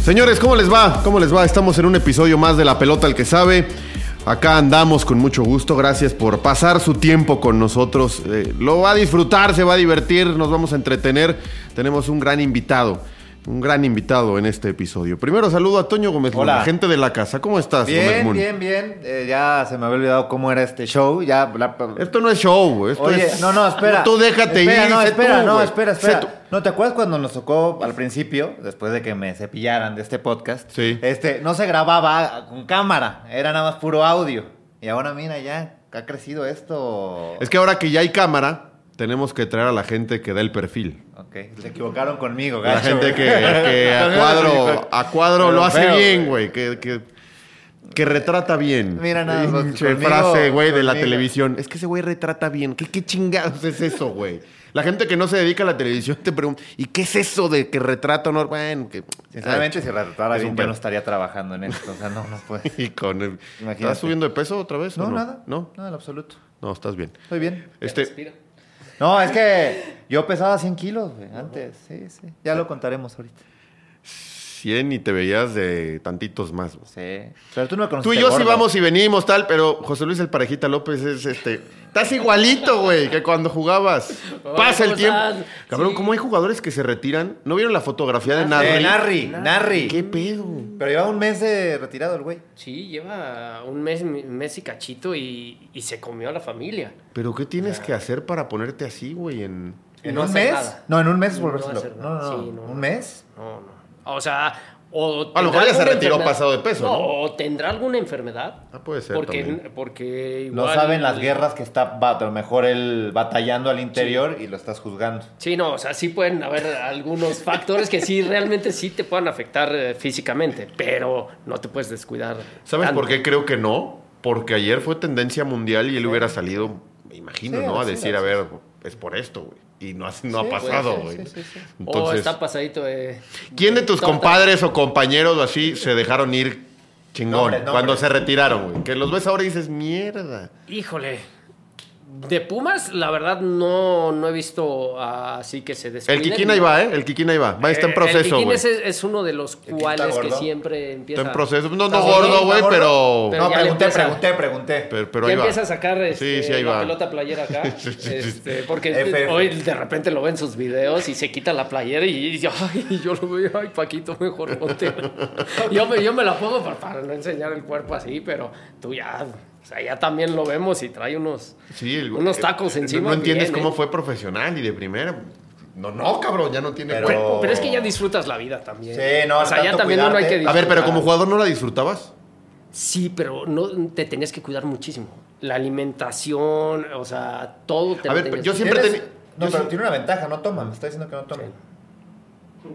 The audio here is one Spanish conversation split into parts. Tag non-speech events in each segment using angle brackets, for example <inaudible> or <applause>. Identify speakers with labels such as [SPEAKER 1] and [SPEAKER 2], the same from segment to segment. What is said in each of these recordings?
[SPEAKER 1] Señores, ¿cómo les va? ¿Cómo les va? Estamos en un episodio más de La Pelota al que sabe. Acá andamos con mucho gusto. Gracias por pasar su tiempo con nosotros. Eh, lo va a disfrutar, se va a divertir, nos vamos a entretener. Tenemos un gran invitado. Un gran invitado en este episodio. Primero saludo a Toño Gómez, Luna,
[SPEAKER 2] Hola.
[SPEAKER 1] gente de la casa. ¿Cómo estás, Gómez
[SPEAKER 2] Bien,
[SPEAKER 1] Moon?
[SPEAKER 2] bien, bien. Eh, ya se me había olvidado cómo era este show. Ya, bla, bla.
[SPEAKER 1] Esto no es show, esto
[SPEAKER 2] Oye,
[SPEAKER 1] es.
[SPEAKER 2] no, no, espera.
[SPEAKER 1] Tú déjate
[SPEAKER 2] espera,
[SPEAKER 1] ir.
[SPEAKER 2] No,
[SPEAKER 1] sé
[SPEAKER 2] espera,
[SPEAKER 1] tú,
[SPEAKER 2] no,
[SPEAKER 1] güey.
[SPEAKER 2] espera,
[SPEAKER 1] Sé
[SPEAKER 2] espera.
[SPEAKER 1] tú.
[SPEAKER 2] ¿No te acuerdas cuando nos tocó al principio, después de que me cepillaran de este podcast?
[SPEAKER 1] Sí.
[SPEAKER 2] Este, no se grababa con cámara, era nada más puro audio. Y ahora mira, ya ha crecido esto.
[SPEAKER 1] Es que ahora que ya hay cámara, tenemos que traer a la gente que da el perfil.
[SPEAKER 2] Ok, se equivocaron conmigo,
[SPEAKER 1] La
[SPEAKER 2] gacho,
[SPEAKER 1] gente
[SPEAKER 2] güey.
[SPEAKER 1] que,
[SPEAKER 2] <laughs>
[SPEAKER 1] que a cuadro, a cuadro
[SPEAKER 2] Pero
[SPEAKER 1] lo hace
[SPEAKER 2] feo,
[SPEAKER 1] bien, güey. Que, que, que retrata bien.
[SPEAKER 2] Mira nada más,
[SPEAKER 1] Pinche
[SPEAKER 2] conmigo-
[SPEAKER 1] frase, güey, de la
[SPEAKER 2] conmigo.
[SPEAKER 1] televisión. Es que ese güey retrata bien. ¿Qué, qué chingados es eso, güey? La gente que no se dedica a la televisión te pregunta, ¿y qué es eso de que retrata honor? Bueno, que. <laughs>
[SPEAKER 2] Sinceramente, si retratara
[SPEAKER 1] Es un
[SPEAKER 2] bien, yo
[SPEAKER 1] pedo.
[SPEAKER 2] no estaría trabajando en esto. O sea, no, no puede.
[SPEAKER 1] Y con el- ¿Estás
[SPEAKER 2] Imagínate.
[SPEAKER 1] subiendo de peso otra vez? o
[SPEAKER 2] No, nada.
[SPEAKER 1] <laughs> No,
[SPEAKER 2] Nada, en absoluto.
[SPEAKER 1] no, estás bien.
[SPEAKER 2] Estoy bien.
[SPEAKER 1] Este,
[SPEAKER 2] No, es que yo pesaba 100 kilos, güey, antes. Sí, sí. Ya lo contaremos ahorita.
[SPEAKER 1] 100 y te veías de tantitos más, güey.
[SPEAKER 2] Sí. Pero tú no me conociste
[SPEAKER 1] Tú y yo sí
[SPEAKER 2] Pues gordo.
[SPEAKER 1] vamos y venimos, tal, pero José Luis el Parejita López es este. Estás igualito, güey, que cuando jugabas.
[SPEAKER 3] Hola,
[SPEAKER 1] Pasa el
[SPEAKER 3] ¿cómo
[SPEAKER 1] tiempo.
[SPEAKER 3] estás?
[SPEAKER 1] Cabrón,
[SPEAKER 3] Sí.
[SPEAKER 1] ¿cómo hay jugadores que se retiran? ¿No vieron la fotografía de
[SPEAKER 2] Eh,
[SPEAKER 1] Narri?
[SPEAKER 2] Narri, Narri.
[SPEAKER 1] ¿Qué pedo?
[SPEAKER 2] Pero lleva un mes de retirado el güey.
[SPEAKER 3] Sí, lleva un mes, mes y cachito y, y se comió a la familia.
[SPEAKER 1] ¿Pero qué tienes que hacer para ponerte así, güey? En...
[SPEAKER 2] ¿En
[SPEAKER 3] No
[SPEAKER 2] un
[SPEAKER 3] hacer
[SPEAKER 2] mes?
[SPEAKER 3] nada.
[SPEAKER 2] No, en un mes es
[SPEAKER 3] No
[SPEAKER 2] volverse
[SPEAKER 3] hacer
[SPEAKER 2] loco. No,
[SPEAKER 3] nada.
[SPEAKER 2] no, no.
[SPEAKER 3] Sí, no,
[SPEAKER 2] ¿Un
[SPEAKER 3] no.
[SPEAKER 2] mes?
[SPEAKER 3] No, no. O sea, o
[SPEAKER 1] A lo mejor ya
[SPEAKER 3] tendrá
[SPEAKER 1] se
[SPEAKER 3] alguna
[SPEAKER 1] retiró
[SPEAKER 3] enfermedad-
[SPEAKER 1] pasado de peso, ¿no?
[SPEAKER 3] O tendrá alguna enfermedad.
[SPEAKER 1] Ah, puede ser
[SPEAKER 3] Porque,
[SPEAKER 1] también.
[SPEAKER 3] porque
[SPEAKER 2] No
[SPEAKER 3] igual-
[SPEAKER 2] saben las guerras que está, va, a lo mejor él batallando al interior y lo estás juzgando.
[SPEAKER 3] Sí, no, o sea, sí pueden haber algunos factores que sí realmente sí te puedan afectar eh, físicamente, pero no te puedes descuidar.
[SPEAKER 1] ¿Sabes
[SPEAKER 3] tanto.
[SPEAKER 1] por qué creo que no? Porque ayer fue tendencia mundial y él hubiera salido, me imagino,
[SPEAKER 2] Sí,
[SPEAKER 1] ¿no? A
[SPEAKER 2] sí,
[SPEAKER 1] decir,
[SPEAKER 2] sí,
[SPEAKER 1] a
[SPEAKER 2] sí.
[SPEAKER 1] ver, es por esto, güey. Y no, ha- no
[SPEAKER 2] Sí,
[SPEAKER 1] ha
[SPEAKER 2] puede
[SPEAKER 1] pasado,
[SPEAKER 2] ser,
[SPEAKER 1] güey.
[SPEAKER 2] sí, sí, sí.
[SPEAKER 3] O
[SPEAKER 1] Entonces,
[SPEAKER 3] está pasadito de.
[SPEAKER 1] ¿quién de tus
[SPEAKER 3] torta.
[SPEAKER 1] compadres o compañeros o así se dejaron ir chingón
[SPEAKER 2] Nombres, nombres.
[SPEAKER 1] cuando se retiraron, güey? Que los ves ahora y dices, mierda.
[SPEAKER 3] Híjole. De Pumas, la verdad, no, no he visto ah, así que se
[SPEAKER 1] El
[SPEAKER 3] despiden.
[SPEAKER 1] Kikín ahí va, ¿eh? El Kikín ahí va. Va, está en proceso,
[SPEAKER 3] El Kikín
[SPEAKER 1] güey.
[SPEAKER 3] es, es uno de los
[SPEAKER 2] Kikín
[SPEAKER 3] cuales
[SPEAKER 2] está
[SPEAKER 3] que
[SPEAKER 2] gordo.
[SPEAKER 3] siempre empieza.
[SPEAKER 1] Está en proceso. No,
[SPEAKER 2] ¿Está
[SPEAKER 1] no
[SPEAKER 2] gordo?
[SPEAKER 1] gordo, güey,
[SPEAKER 2] ¿Está
[SPEAKER 1] pero...
[SPEAKER 2] gordo?
[SPEAKER 3] Pero
[SPEAKER 2] no,
[SPEAKER 3] ya le
[SPEAKER 2] pregunté,
[SPEAKER 3] empieza.
[SPEAKER 2] pregunté, pregunté.
[SPEAKER 1] Pero,
[SPEAKER 3] Ya
[SPEAKER 1] pero ahí va.
[SPEAKER 3] empieza a sacar este,
[SPEAKER 1] sí, sí, ahí
[SPEAKER 3] la
[SPEAKER 1] va.
[SPEAKER 3] pelota playera acá.
[SPEAKER 1] <laughs> Sí, sí, sí.
[SPEAKER 3] este, porque
[SPEAKER 2] FF.
[SPEAKER 3] hoy de repente lo ven sus videos y se quita la playera y, dice, ay, yo lo veo, ay, Paquito, mejor ponte. <laughs> yo, me, yo me la pongo para, para no enseñar el cuerpo así, pero tú ya, o sea, ya también lo vemos y trae unos,
[SPEAKER 1] Sí, el-
[SPEAKER 3] unos tacos
[SPEAKER 1] eh,
[SPEAKER 3] encima.
[SPEAKER 1] No, entiendes
[SPEAKER 3] bien,
[SPEAKER 1] cómo
[SPEAKER 3] ¿eh?
[SPEAKER 1] fue profesional y de primera. No, no, cabrón, ya no tiene
[SPEAKER 2] Pero-
[SPEAKER 1] cuerpo.
[SPEAKER 3] Pero es que ya disfrutas la vida también.
[SPEAKER 2] Sí, no,
[SPEAKER 3] O sea, ya
[SPEAKER 2] tanto
[SPEAKER 3] también uno hay que
[SPEAKER 2] cuidarte.
[SPEAKER 1] A ver, pero
[SPEAKER 3] disfrutar.
[SPEAKER 1] como jugador no la disfrutabas.
[SPEAKER 3] Sí, pero no te tenías que cuidar muchísimo. La alimentación, o sea, todo te
[SPEAKER 1] A
[SPEAKER 3] lo
[SPEAKER 1] ver,
[SPEAKER 3] tenías
[SPEAKER 1] yo
[SPEAKER 3] que-
[SPEAKER 1] siempre
[SPEAKER 2] Tienes-
[SPEAKER 1] teni-
[SPEAKER 2] No,
[SPEAKER 1] yo
[SPEAKER 2] pero
[SPEAKER 1] sí-
[SPEAKER 2] tiene una ventaja, no toma, me está diciendo que no toma.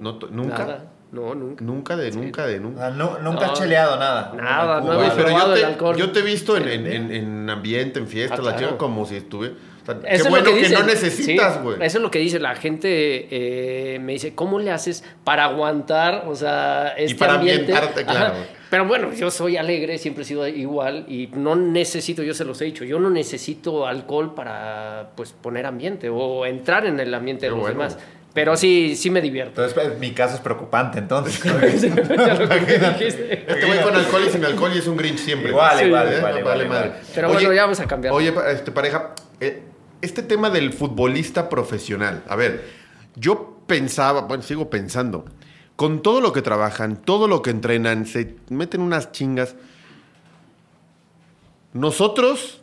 [SPEAKER 1] No, to- nunca.
[SPEAKER 3] Nada. No, nunca.
[SPEAKER 1] Nunca de nunca de
[SPEAKER 2] O
[SPEAKER 1] nunca.
[SPEAKER 2] sea, nu- nunca
[SPEAKER 3] No.
[SPEAKER 2] has cheleado nada.
[SPEAKER 3] Nada,
[SPEAKER 2] Cuba,
[SPEAKER 3] no he
[SPEAKER 1] Ah, Güey,
[SPEAKER 3] visto
[SPEAKER 1] pero yo
[SPEAKER 3] probado
[SPEAKER 1] te,
[SPEAKER 3] el alcohol.
[SPEAKER 1] yo te he visto en, en- en- en ambiente, en fiesta,
[SPEAKER 3] Ah,
[SPEAKER 1] la
[SPEAKER 3] claro.
[SPEAKER 1] chica como si estuviera. o sea,
[SPEAKER 3] Eso
[SPEAKER 1] qué
[SPEAKER 3] es
[SPEAKER 1] bueno
[SPEAKER 3] lo
[SPEAKER 1] que,
[SPEAKER 3] dicen.
[SPEAKER 1] no necesitas,
[SPEAKER 3] Sí,
[SPEAKER 1] güey.
[SPEAKER 3] eso es lo que dice la gente. eh, me dice, ¿cómo le haces para aguantar, o sea, este
[SPEAKER 1] para
[SPEAKER 3] ambiente?
[SPEAKER 1] ambientarte, claro, güey.
[SPEAKER 3] Pero bueno, yo soy alegre, siempre he sido igual y no necesito, yo se los he dicho, yo no necesito alcohol para, pues, poner ambiente o entrar en el ambiente de
[SPEAKER 1] Qué
[SPEAKER 3] los
[SPEAKER 1] bueno.
[SPEAKER 3] demás. Pero sí, sí me divierto. <laughs>
[SPEAKER 2] Entonces, pues, mi caso es preocupante, entonces.
[SPEAKER 3] Ya lo
[SPEAKER 1] <laughs>
[SPEAKER 3] que me dijiste.
[SPEAKER 1] Este güey con alcohol y sin alcohol y es un grinch siempre.
[SPEAKER 2] Igual,
[SPEAKER 1] güey.
[SPEAKER 2] igual,
[SPEAKER 1] ¿eh?
[SPEAKER 2] igual,
[SPEAKER 1] No,
[SPEAKER 2] igual,
[SPEAKER 1] vale
[SPEAKER 2] igual.
[SPEAKER 1] madre.
[SPEAKER 3] Pero bueno, ya vamos a cambiar.
[SPEAKER 1] Oye, pa- este, pareja, eh, este tema del futbolista profesional. A ver, yo pensaba, bueno, sigo pensando. Con todo lo que trabajan, todo lo que entrenan, se meten unas chingas. Nosotros,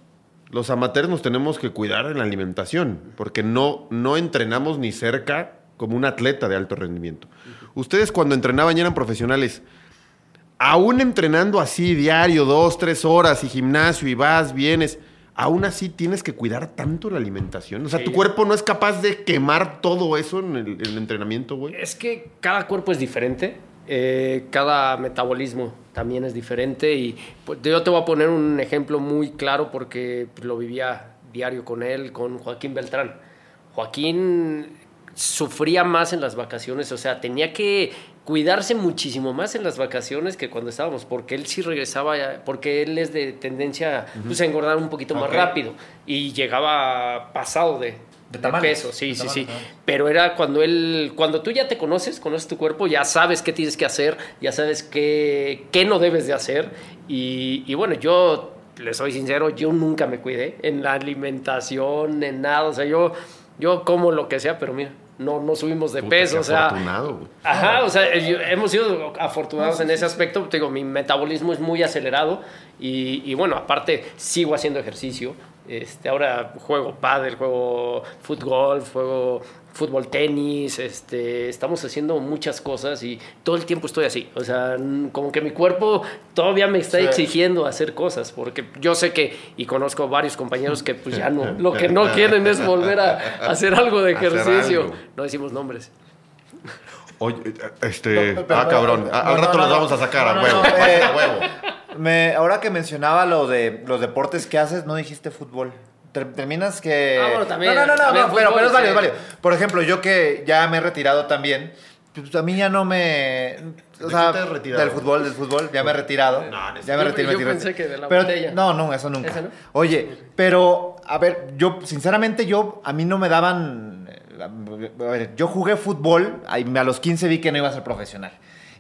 [SPEAKER 1] los amateurs, nos tenemos que cuidar en la alimentación, porque no, no entrenamos ni cerca como un atleta de alto rendimiento. Ustedes cuando entrenaban y eran profesionales, aún entrenando así diario, dos, tres horas y gimnasio y vas, vienes, aún así tienes que cuidar tanto la alimentación. O sea,
[SPEAKER 3] Sí.
[SPEAKER 1] tu cuerpo no es capaz de quemar todo eso en el, en el entrenamiento, güey.
[SPEAKER 3] Es que cada cuerpo es diferente, eh, cada metabolismo también es diferente y pues, yo te voy a poner un ejemplo muy claro porque pues, lo vivía diario con él, con Joaquín Beltrán. Joaquín sufría más en las vacaciones, o sea, tenía que cuidarse muchísimo más en las vacaciones que cuando estábamos, porque él sí regresaba, ya- porque él es de tendencia pues, a engordar un poquito más
[SPEAKER 2] Ok.
[SPEAKER 3] rápido y llegaba pasado de,
[SPEAKER 2] De
[SPEAKER 3] de
[SPEAKER 2] tamales.
[SPEAKER 3] peso, sí,
[SPEAKER 2] De
[SPEAKER 3] sí,
[SPEAKER 2] tamales,
[SPEAKER 3] sí.
[SPEAKER 2] ¿no?
[SPEAKER 3] Pero era cuando él, cuando tú ya te conoces, conoces tu cuerpo, ya sabes qué tienes que hacer, ya sabes qué, qué no debes de hacer. Y, y bueno, yo les soy sincero, yo nunca me cuidé en la alimentación, en nada. O sea, yo, yo como lo que sea, pero mira, no, no subimos de
[SPEAKER 1] Puta,
[SPEAKER 3] peso.
[SPEAKER 1] qué
[SPEAKER 3] O sea,
[SPEAKER 1] afortunado, güey.
[SPEAKER 3] Ajá, o sea, el- hemos sido afortunados en ese aspecto. Te digo, mi metabolismo es muy acelerado y, y bueno, aparte sigo haciendo ejercicio. Este, ahora juego pádel, juego fútbol, juego fútbol tenis, este, estamos haciendo muchas cosas y todo el tiempo estoy así, o sea, n- como que mi cuerpo todavía me está
[SPEAKER 2] Sí.
[SPEAKER 3] exigiendo hacer cosas, porque yo sé que, y conozco varios compañeros que pues ya no, lo
[SPEAKER 1] <laughs>
[SPEAKER 3] que no quieren es volver a hacer algo de
[SPEAKER 1] Hacer
[SPEAKER 3] ejercicio,
[SPEAKER 1] algo.
[SPEAKER 3] no decimos nombres.
[SPEAKER 1] Oye, este.
[SPEAKER 2] No, pero-
[SPEAKER 1] ah, cabrón. a- al
[SPEAKER 2] no,
[SPEAKER 1] rato
[SPEAKER 2] no,
[SPEAKER 1] los
[SPEAKER 2] no.
[SPEAKER 1] vamos a sacar
[SPEAKER 2] No,
[SPEAKER 1] a
[SPEAKER 2] no,
[SPEAKER 1] huevo.
[SPEAKER 2] no,
[SPEAKER 1] <laughs>
[SPEAKER 2] eh.
[SPEAKER 1] a huevo.
[SPEAKER 2] Me- ahora que mencionaba lo de los deportes que haces, no dijiste fútbol. Ter- Terminas que.
[SPEAKER 3] Ah, bueno, también,
[SPEAKER 2] No, no, no, no,
[SPEAKER 3] también
[SPEAKER 2] no, pero,
[SPEAKER 3] fútbol,
[SPEAKER 2] pero es válido,
[SPEAKER 3] sí.
[SPEAKER 2] es válido. Por ejemplo, yo que ya me he retirado también, pues a mí ya no me.
[SPEAKER 1] ¿De
[SPEAKER 2] O sea,
[SPEAKER 1] qué te has retirado?
[SPEAKER 2] del fútbol, del fútbol, ya me he retirado.
[SPEAKER 1] no,
[SPEAKER 2] ya me
[SPEAKER 3] yo-
[SPEAKER 2] retiré, me
[SPEAKER 3] yo
[SPEAKER 2] retiré.
[SPEAKER 3] pensé que de la
[SPEAKER 2] Pero-
[SPEAKER 3] botella.
[SPEAKER 2] No, no, eso nunca.
[SPEAKER 3] ¿Esa no?
[SPEAKER 2] Oye, pero, a ver, yo, sinceramente, yo, a mí no me daban. A ver, yo jugué fútbol, ahí me- a los 15 vi que no iba a ser profesional.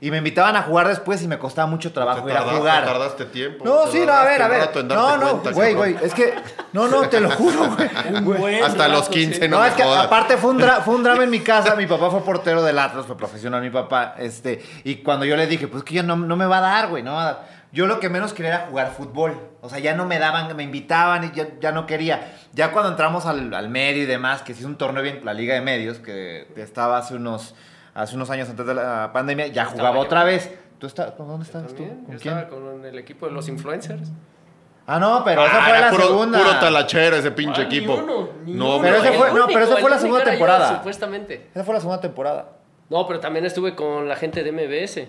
[SPEAKER 2] Y me invitaban a jugar después y me costaba mucho trabajo
[SPEAKER 1] Te
[SPEAKER 2] ir a
[SPEAKER 1] tardaste-
[SPEAKER 2] jugar.
[SPEAKER 1] Tardaste tiempo.
[SPEAKER 2] No,
[SPEAKER 1] te
[SPEAKER 2] sí, no, a ver, a
[SPEAKER 1] tardaste un
[SPEAKER 2] ver.
[SPEAKER 1] rato en
[SPEAKER 2] No,
[SPEAKER 1] darte
[SPEAKER 2] no,
[SPEAKER 1] cuenta,
[SPEAKER 2] güey,
[SPEAKER 1] cabrón.
[SPEAKER 2] güey. Es que, no, no, te lo juro,
[SPEAKER 1] <laughs>
[SPEAKER 2] güey. güey.
[SPEAKER 1] Hasta los
[SPEAKER 3] rato,
[SPEAKER 1] 15
[SPEAKER 3] sí.
[SPEAKER 1] no,
[SPEAKER 2] No,
[SPEAKER 1] me
[SPEAKER 2] es que
[SPEAKER 1] jodas.
[SPEAKER 2] aparte fue un, dra- fue un
[SPEAKER 1] <laughs>
[SPEAKER 2] drama en mi casa. Mi papá fue portero del Atlas, fue profesional mi papá. Este, y cuando yo le dije, pues que yo no, no me va a dar, güey, no me va a dar. Yo lo que menos quería era jugar fútbol. O sea, ya no me daban, me invitaban y ya, ya no quería. Ya cuando entramos al, al medio y demás, que se hizo un torneo bien, la Liga de Medios, que estaba hace unos, hace unos años antes de la pandemia, ya
[SPEAKER 3] Estaba
[SPEAKER 2] jugaba
[SPEAKER 3] yo.
[SPEAKER 2] otra vez. ¿Tú estás, dónde estabas tú?
[SPEAKER 3] También,
[SPEAKER 2] ¿Con
[SPEAKER 3] yo
[SPEAKER 2] quién?
[SPEAKER 3] estaba con el equipo de los influencers.
[SPEAKER 2] Ah, no, pero esa
[SPEAKER 1] Ah,
[SPEAKER 2] fue
[SPEAKER 1] era
[SPEAKER 2] la
[SPEAKER 1] puro,
[SPEAKER 2] segunda.
[SPEAKER 1] Puro talachero ese pinche
[SPEAKER 3] Ah, ni
[SPEAKER 1] equipo.
[SPEAKER 3] uno, ni
[SPEAKER 1] no,
[SPEAKER 3] uno.
[SPEAKER 2] Pero ese
[SPEAKER 1] güey.
[SPEAKER 2] fue- no,
[SPEAKER 3] único,
[SPEAKER 2] pero esa
[SPEAKER 3] el
[SPEAKER 2] fue la
[SPEAKER 3] único
[SPEAKER 2] segunda
[SPEAKER 3] era yo,
[SPEAKER 2] temporada.
[SPEAKER 3] supuestamente.
[SPEAKER 2] Esa fue la segunda temporada.
[SPEAKER 3] No, pero también estuve con la gente de MBS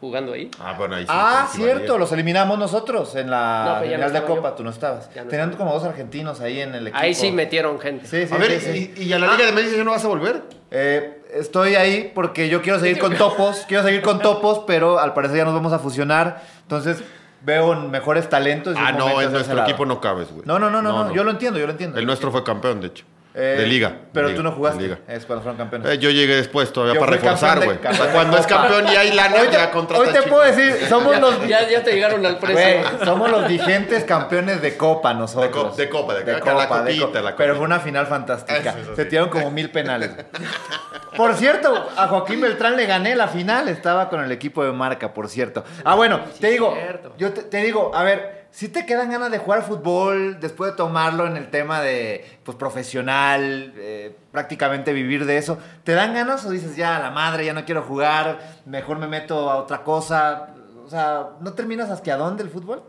[SPEAKER 3] jugando ahí.
[SPEAKER 1] Ah, bueno, ahí sí.
[SPEAKER 2] ah,
[SPEAKER 1] sí, sí,
[SPEAKER 2] cierto,
[SPEAKER 1] valía.
[SPEAKER 2] los eliminamos nosotros en
[SPEAKER 3] No,
[SPEAKER 2] la
[SPEAKER 3] pero ya
[SPEAKER 2] final
[SPEAKER 3] no
[SPEAKER 2] de
[SPEAKER 3] estaba
[SPEAKER 2] Copa,
[SPEAKER 3] yo.
[SPEAKER 2] tú no estabas.
[SPEAKER 3] Ya no
[SPEAKER 2] Tenían
[SPEAKER 3] estaba.
[SPEAKER 2] como dos argentinos ahí en el equipo.
[SPEAKER 3] Ahí sí metieron gente.
[SPEAKER 2] Sí, sí,
[SPEAKER 1] A
[SPEAKER 2] sí,
[SPEAKER 1] ver,
[SPEAKER 2] sí. Ah.
[SPEAKER 1] Y, y a la Liga de Medios ya no vas a volver?
[SPEAKER 2] Eh, estoy ahí porque yo quiero seguir con topos, quiero seguir con topos, pero al parecer ya nos vamos a fusionar. Entonces veo mejores talentos. y
[SPEAKER 1] Ah,
[SPEAKER 2] un
[SPEAKER 1] no,
[SPEAKER 2] momento
[SPEAKER 1] en
[SPEAKER 2] de
[SPEAKER 1] nuestro
[SPEAKER 2] ese
[SPEAKER 1] equipo
[SPEAKER 2] lado.
[SPEAKER 1] no cabes, güey.
[SPEAKER 2] No, no, no, no, no, yo lo entiendo, yo lo entiendo.
[SPEAKER 1] El nuestro fue campeón, de hecho.
[SPEAKER 2] Eh,
[SPEAKER 1] de Liga. de
[SPEAKER 2] Pero
[SPEAKER 1] Liga,
[SPEAKER 2] tú no
[SPEAKER 1] de
[SPEAKER 2] jugaste.
[SPEAKER 1] Liga.
[SPEAKER 2] Es cuando fueron campeones.
[SPEAKER 1] Eh, yo llegué después todavía
[SPEAKER 2] Yo
[SPEAKER 1] para
[SPEAKER 2] fui campeón
[SPEAKER 1] reforzar,
[SPEAKER 2] de-
[SPEAKER 1] güey. O
[SPEAKER 2] campeón
[SPEAKER 1] sea,
[SPEAKER 2] de
[SPEAKER 1] cuando es
[SPEAKER 2] Copa.
[SPEAKER 1] campeón y hay lana,
[SPEAKER 2] Hoy
[SPEAKER 1] ya
[SPEAKER 2] te,
[SPEAKER 1] contrata
[SPEAKER 2] hoy te
[SPEAKER 1] chicos.
[SPEAKER 2] puedo decir,
[SPEAKER 1] <laughs>
[SPEAKER 2] somos los
[SPEAKER 3] Ya, ya te llegaron al
[SPEAKER 2] Güey,
[SPEAKER 3] precio.
[SPEAKER 2] somos los vigentes campeones de Copa nosotros.
[SPEAKER 1] De Copa, de Copa, de acá, la copita,
[SPEAKER 2] Copa.
[SPEAKER 1] la copita.
[SPEAKER 2] Pero fue una final fantástica.
[SPEAKER 1] Eso, eso
[SPEAKER 2] Se
[SPEAKER 1] sí.
[SPEAKER 2] tiraron como mil penales. Por cierto, a Joaquín Beltrán le gané la final. Estaba con el equipo de marca, por cierto. Ah, bueno,
[SPEAKER 3] sí,
[SPEAKER 2] te digo,
[SPEAKER 3] cierto.
[SPEAKER 2] yo te, te digo, a ver, si te quedan ganas de jugar fútbol después de tomarlo en el tema de, pues, profesional, eh, prácticamente vivir de eso, ¿te dan ganas o dices, ya, la madre, ya no quiero jugar, mejor me meto a otra cosa? O sea, ¿no terminas asqueadón del fútbol?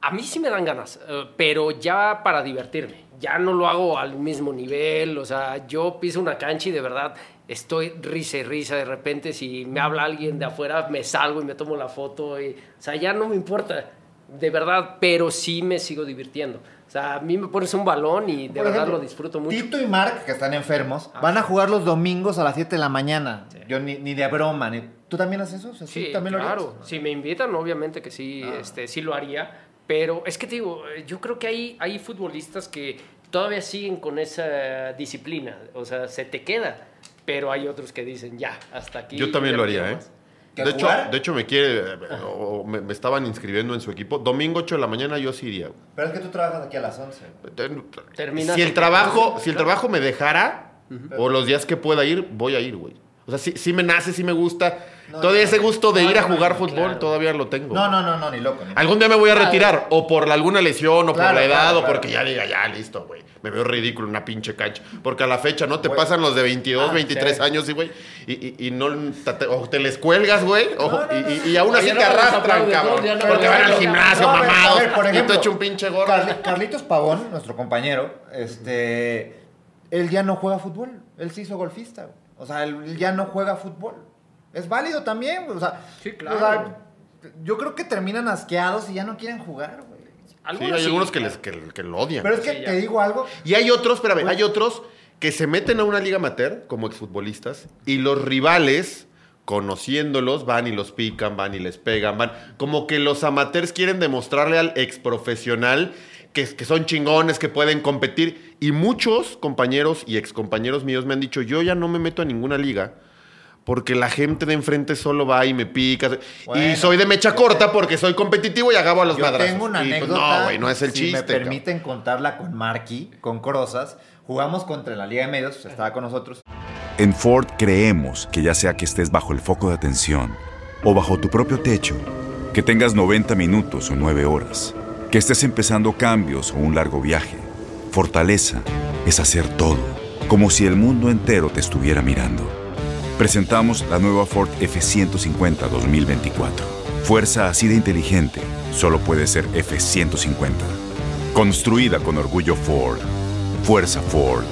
[SPEAKER 3] A mí sí me dan ganas, eh, pero ya para divertirme. Ya no lo hago al mismo nivel. O sea, yo piso una cancha y de verdad estoy risa y risa. De repente, si me habla alguien de afuera, me salgo y me tomo la foto. y- o sea, ya no me importa. De verdad, pero sí me sigo divirtiendo. O sea, a mí me pones un balón y de
[SPEAKER 2] Por
[SPEAKER 3] verdad
[SPEAKER 2] ejemplo,
[SPEAKER 3] lo disfruto mucho. Ah,
[SPEAKER 2] Tito y Mark, que están enfermos, van a jugar los domingos a las 7 de la mañana. Yo ni, ni de broma. ni- ¿Tú también haces eso? O sea,
[SPEAKER 3] Sí,
[SPEAKER 2] también lo
[SPEAKER 3] claro.
[SPEAKER 2] harías? Ah.
[SPEAKER 3] Si me invitan, obviamente que sí, este, sí lo haría. Pero es que te digo, eh, yo creo que hay, hay futbolistas que todavía siguen con esa disciplina. O sea, se te queda. Pero hay otros que dicen, ya, hasta aquí.
[SPEAKER 1] Yo también
[SPEAKER 3] ya
[SPEAKER 1] lo
[SPEAKER 3] no
[SPEAKER 1] haría,
[SPEAKER 3] quiero
[SPEAKER 1] ¿eh?
[SPEAKER 3] más".
[SPEAKER 2] ¿Que
[SPEAKER 1] De hecho,
[SPEAKER 2] jugar?
[SPEAKER 1] de hecho, me quiere. eh, o me, me estaban inscribiendo en su equipo. Domingo 8 de la mañana yo sí iría, güey.
[SPEAKER 2] Pero es que tú trabajas aquí a las 11. güey.
[SPEAKER 1] Ten-
[SPEAKER 3] Terminas-
[SPEAKER 1] si el trabajo, si el trabajo me dejara, o los días que pueda ir, voy a ir, güey. O sea, sí, sí me nace, sí me gusta.
[SPEAKER 2] No,
[SPEAKER 1] todavía
[SPEAKER 2] no,
[SPEAKER 1] ese gusto de
[SPEAKER 2] no,
[SPEAKER 1] ir a
[SPEAKER 2] no, no,
[SPEAKER 1] jugar
[SPEAKER 2] no,
[SPEAKER 1] fútbol
[SPEAKER 3] claro.
[SPEAKER 1] todavía lo tengo.
[SPEAKER 2] No, no, no, no, ni loco. Ni loco.
[SPEAKER 1] Algún día me voy a
[SPEAKER 3] Claro.
[SPEAKER 1] retirar, o por alguna lesión, o por
[SPEAKER 2] Claro,
[SPEAKER 1] la edad,
[SPEAKER 2] claro,
[SPEAKER 1] o porque
[SPEAKER 2] claro.
[SPEAKER 1] ya diga, ya, listo, güey. Me veo ridículo en una pinche cancha. Porque a la fecha, ¿no? Te
[SPEAKER 2] Güey.
[SPEAKER 1] pasan los de 22,
[SPEAKER 2] Ah,
[SPEAKER 1] 23
[SPEAKER 2] sí.
[SPEAKER 1] años, y, güey, y, y- y no... Te, o te les cuelgas, güey, o-
[SPEAKER 2] No, no, no.
[SPEAKER 1] y, y- y aún así
[SPEAKER 3] Ya no
[SPEAKER 1] te
[SPEAKER 3] los
[SPEAKER 1] arrastran,
[SPEAKER 3] aplaudes, ¿no?
[SPEAKER 1] cabrón.
[SPEAKER 3] Ya no
[SPEAKER 1] porque
[SPEAKER 3] los
[SPEAKER 1] van al
[SPEAKER 3] aplaudes.
[SPEAKER 1] gimnasio,
[SPEAKER 2] No, a ver,
[SPEAKER 1] mamados,
[SPEAKER 2] a ver, por
[SPEAKER 1] y tú
[SPEAKER 2] ejemplo,
[SPEAKER 1] hecho un pinche gordo.
[SPEAKER 2] Carli- Carlitos Pavón, nuestro compañero, este, él ya no juega fútbol. Él se hizo golfista. güey. O sea, él, él ya no juega fútbol. Es válido también. güey, O sea,
[SPEAKER 3] Sí, claro.
[SPEAKER 2] o sea, yo creo que terminan asqueados y ya no quieren jugar, güey.
[SPEAKER 1] Sí, hay
[SPEAKER 3] sí,
[SPEAKER 1] algunos que, les,
[SPEAKER 3] claro.
[SPEAKER 1] que, que lo odian.
[SPEAKER 2] Pero es que
[SPEAKER 3] Sí, ya.
[SPEAKER 2] te digo algo.
[SPEAKER 1] Y hay otros, espérame, hay otros que se meten a una liga amateur como exfutbolistas y los rivales, conociéndolos, van y los pican, van y les pegan, van. Como que los amateurs quieren demostrarle al exprofesional que, que son chingones, que pueden competir. Y muchos compañeros y excompañeros míos me han dicho, yo ya no me meto a ninguna liga porque la gente de enfrente solo va y me pica.
[SPEAKER 2] Bueno,
[SPEAKER 1] y soy de mecha corta porque soy competitivo y acabo a los
[SPEAKER 2] Yo
[SPEAKER 1] madrazos.
[SPEAKER 2] tengo una
[SPEAKER 1] Y, pues,
[SPEAKER 2] anécdota.
[SPEAKER 1] no, güey, no es el
[SPEAKER 2] si
[SPEAKER 1] chiste.
[SPEAKER 2] me
[SPEAKER 1] cabrón.
[SPEAKER 2] permiten contarla con Marky, con Corozas. Jugamos contra la Liga de Medios, estaba con nosotros.
[SPEAKER 4] En Ford creemos que ya sea que estés bajo el foco de atención o bajo tu propio techo, que tengas 90 minutos o 9 horas, que estés empezando cambios o un largo viaje, fortaleza es hacer todo, como si el mundo entero te estuviera mirando. Presentamos la nueva Ford F150 2024. Fuerza así de inteligente solo puede ser F150. Construida con orgullo Ford. Fuerza Ford.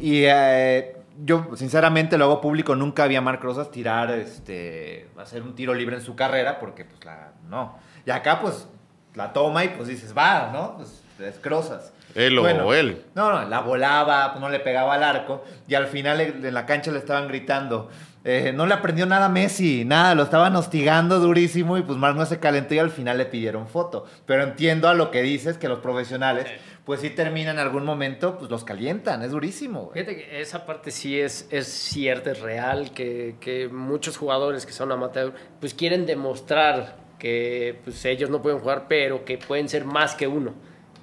[SPEAKER 2] Y eh, yo, sinceramente, lo hago público. Nunca vi a Marc Rosas tirar, este, hacer un tiro libre en su carrera, porque, pues, la, no. Y acá, pues, la toma y, pues, dices, va, ¿no? Pues, es Crozas.
[SPEAKER 1] Él o él.
[SPEAKER 2] No, no, la volaba, pues, no le pegaba al arco. Y al final, en en la cancha le estaban gritando. eh, no le aprendió nada a Messi, nada, lo estaban hostigando durísimo y pues Marc no se calentó y al final le pidieron foto. Pero entiendo a lo que dices, que los profesionales, pues sí terminan en algún momento, pues los calientan, es durísimo. güey.
[SPEAKER 3] Fíjate que esa parte sí es, es cierta, es real, que, que muchos jugadores que son amateur, pues quieren demostrar que pues, ellos no pueden jugar, pero que pueden ser más que uno.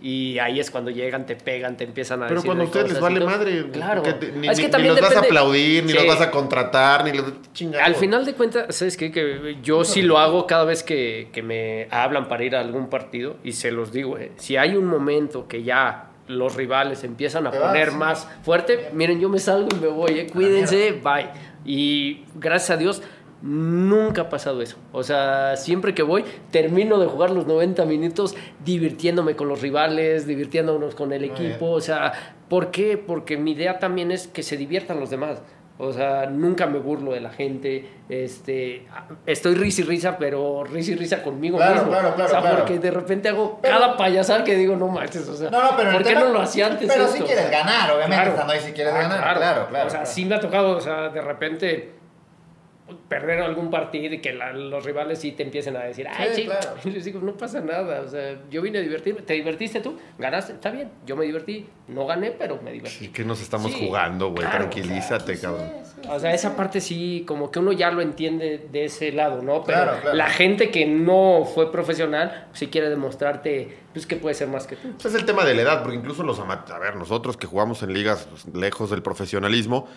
[SPEAKER 3] Y ahí es cuando llegan, te pegan, te empiezan a
[SPEAKER 1] Pero
[SPEAKER 3] decir
[SPEAKER 1] cuando a
[SPEAKER 3] de
[SPEAKER 1] ustedes les
[SPEAKER 3] cosas y
[SPEAKER 1] vale
[SPEAKER 3] todo.
[SPEAKER 1] madre,
[SPEAKER 3] claro.
[SPEAKER 1] porque te- ni,
[SPEAKER 3] Es que
[SPEAKER 1] ni- ni
[SPEAKER 3] también
[SPEAKER 1] los vas a
[SPEAKER 3] depende-
[SPEAKER 1] aplaudir, ni los
[SPEAKER 3] Sí.
[SPEAKER 1] vas a contratar, ni los Chinga,
[SPEAKER 3] Al
[SPEAKER 1] güey.
[SPEAKER 3] final de cuentas, ¿sabes qué? Que yo sí lo hago cada vez que, que me hablan para ir a algún partido y se los digo, eh, si hay un momento que ya los rivales empiezan a
[SPEAKER 2] Te vas,
[SPEAKER 3] poner
[SPEAKER 2] sí.
[SPEAKER 3] más fuerte, miren, yo me salgo y me voy, eh, cuídense, bye. Y gracias a Dios. Nunca ha pasado eso. O sea, siempre que voy, termino de jugar los 90 minutos divirtiéndome con los rivales, divirtiéndonos con el equipo. O sea, ¿por qué? Porque mi idea también es que se diviertan los demás. O sea, nunca me burlo de la gente. Este, estoy risa y risa, pero risa y risa conmigo
[SPEAKER 2] Claro,
[SPEAKER 3] mismo.
[SPEAKER 2] claro, claro,
[SPEAKER 3] O sea,
[SPEAKER 2] claro.
[SPEAKER 3] porque de repente hago cada payasal que digo, no manches, o sea,
[SPEAKER 2] No, no, pero el
[SPEAKER 3] ¿por qué
[SPEAKER 2] tema-
[SPEAKER 3] no lo hacía antes?
[SPEAKER 2] pero sí
[SPEAKER 3] esto?
[SPEAKER 2] quieres
[SPEAKER 3] O sea,
[SPEAKER 2] ganar, obviamente, estando ahí sí quieres ganar, Ah, claro, claro,
[SPEAKER 3] O sea,
[SPEAKER 2] claro.
[SPEAKER 3] sí me ha tocado, o sea, de repente perder algún partido y que la- los rivales sí te empiecen a decir, ay,
[SPEAKER 2] Sí,
[SPEAKER 3] sí, <laughs>
[SPEAKER 2] claro.
[SPEAKER 3] les digo, no pasa nada, o sea, yo vine a divertirme, ¿te divertiste tú? ¿Ganaste? Está bien, yo me divertí, no gané, pero me divertí.
[SPEAKER 1] Sí, que nos estamos
[SPEAKER 3] Sí,
[SPEAKER 1] jugando, güey.
[SPEAKER 3] claro,
[SPEAKER 1] Tranquilízate, cabrón.
[SPEAKER 3] O sea, esa parte sí, como que uno ya lo entiende de ese lado, ¿no? Pero
[SPEAKER 2] Claro, claro.
[SPEAKER 3] la gente que no fue profesional, sí quiere demostrarte, pues, que puede ser más que tú.
[SPEAKER 1] Pues es el tema de la edad, porque incluso los amateurs, a ver, nosotros que jugamos en ligas pues, lejos del profesionalismo,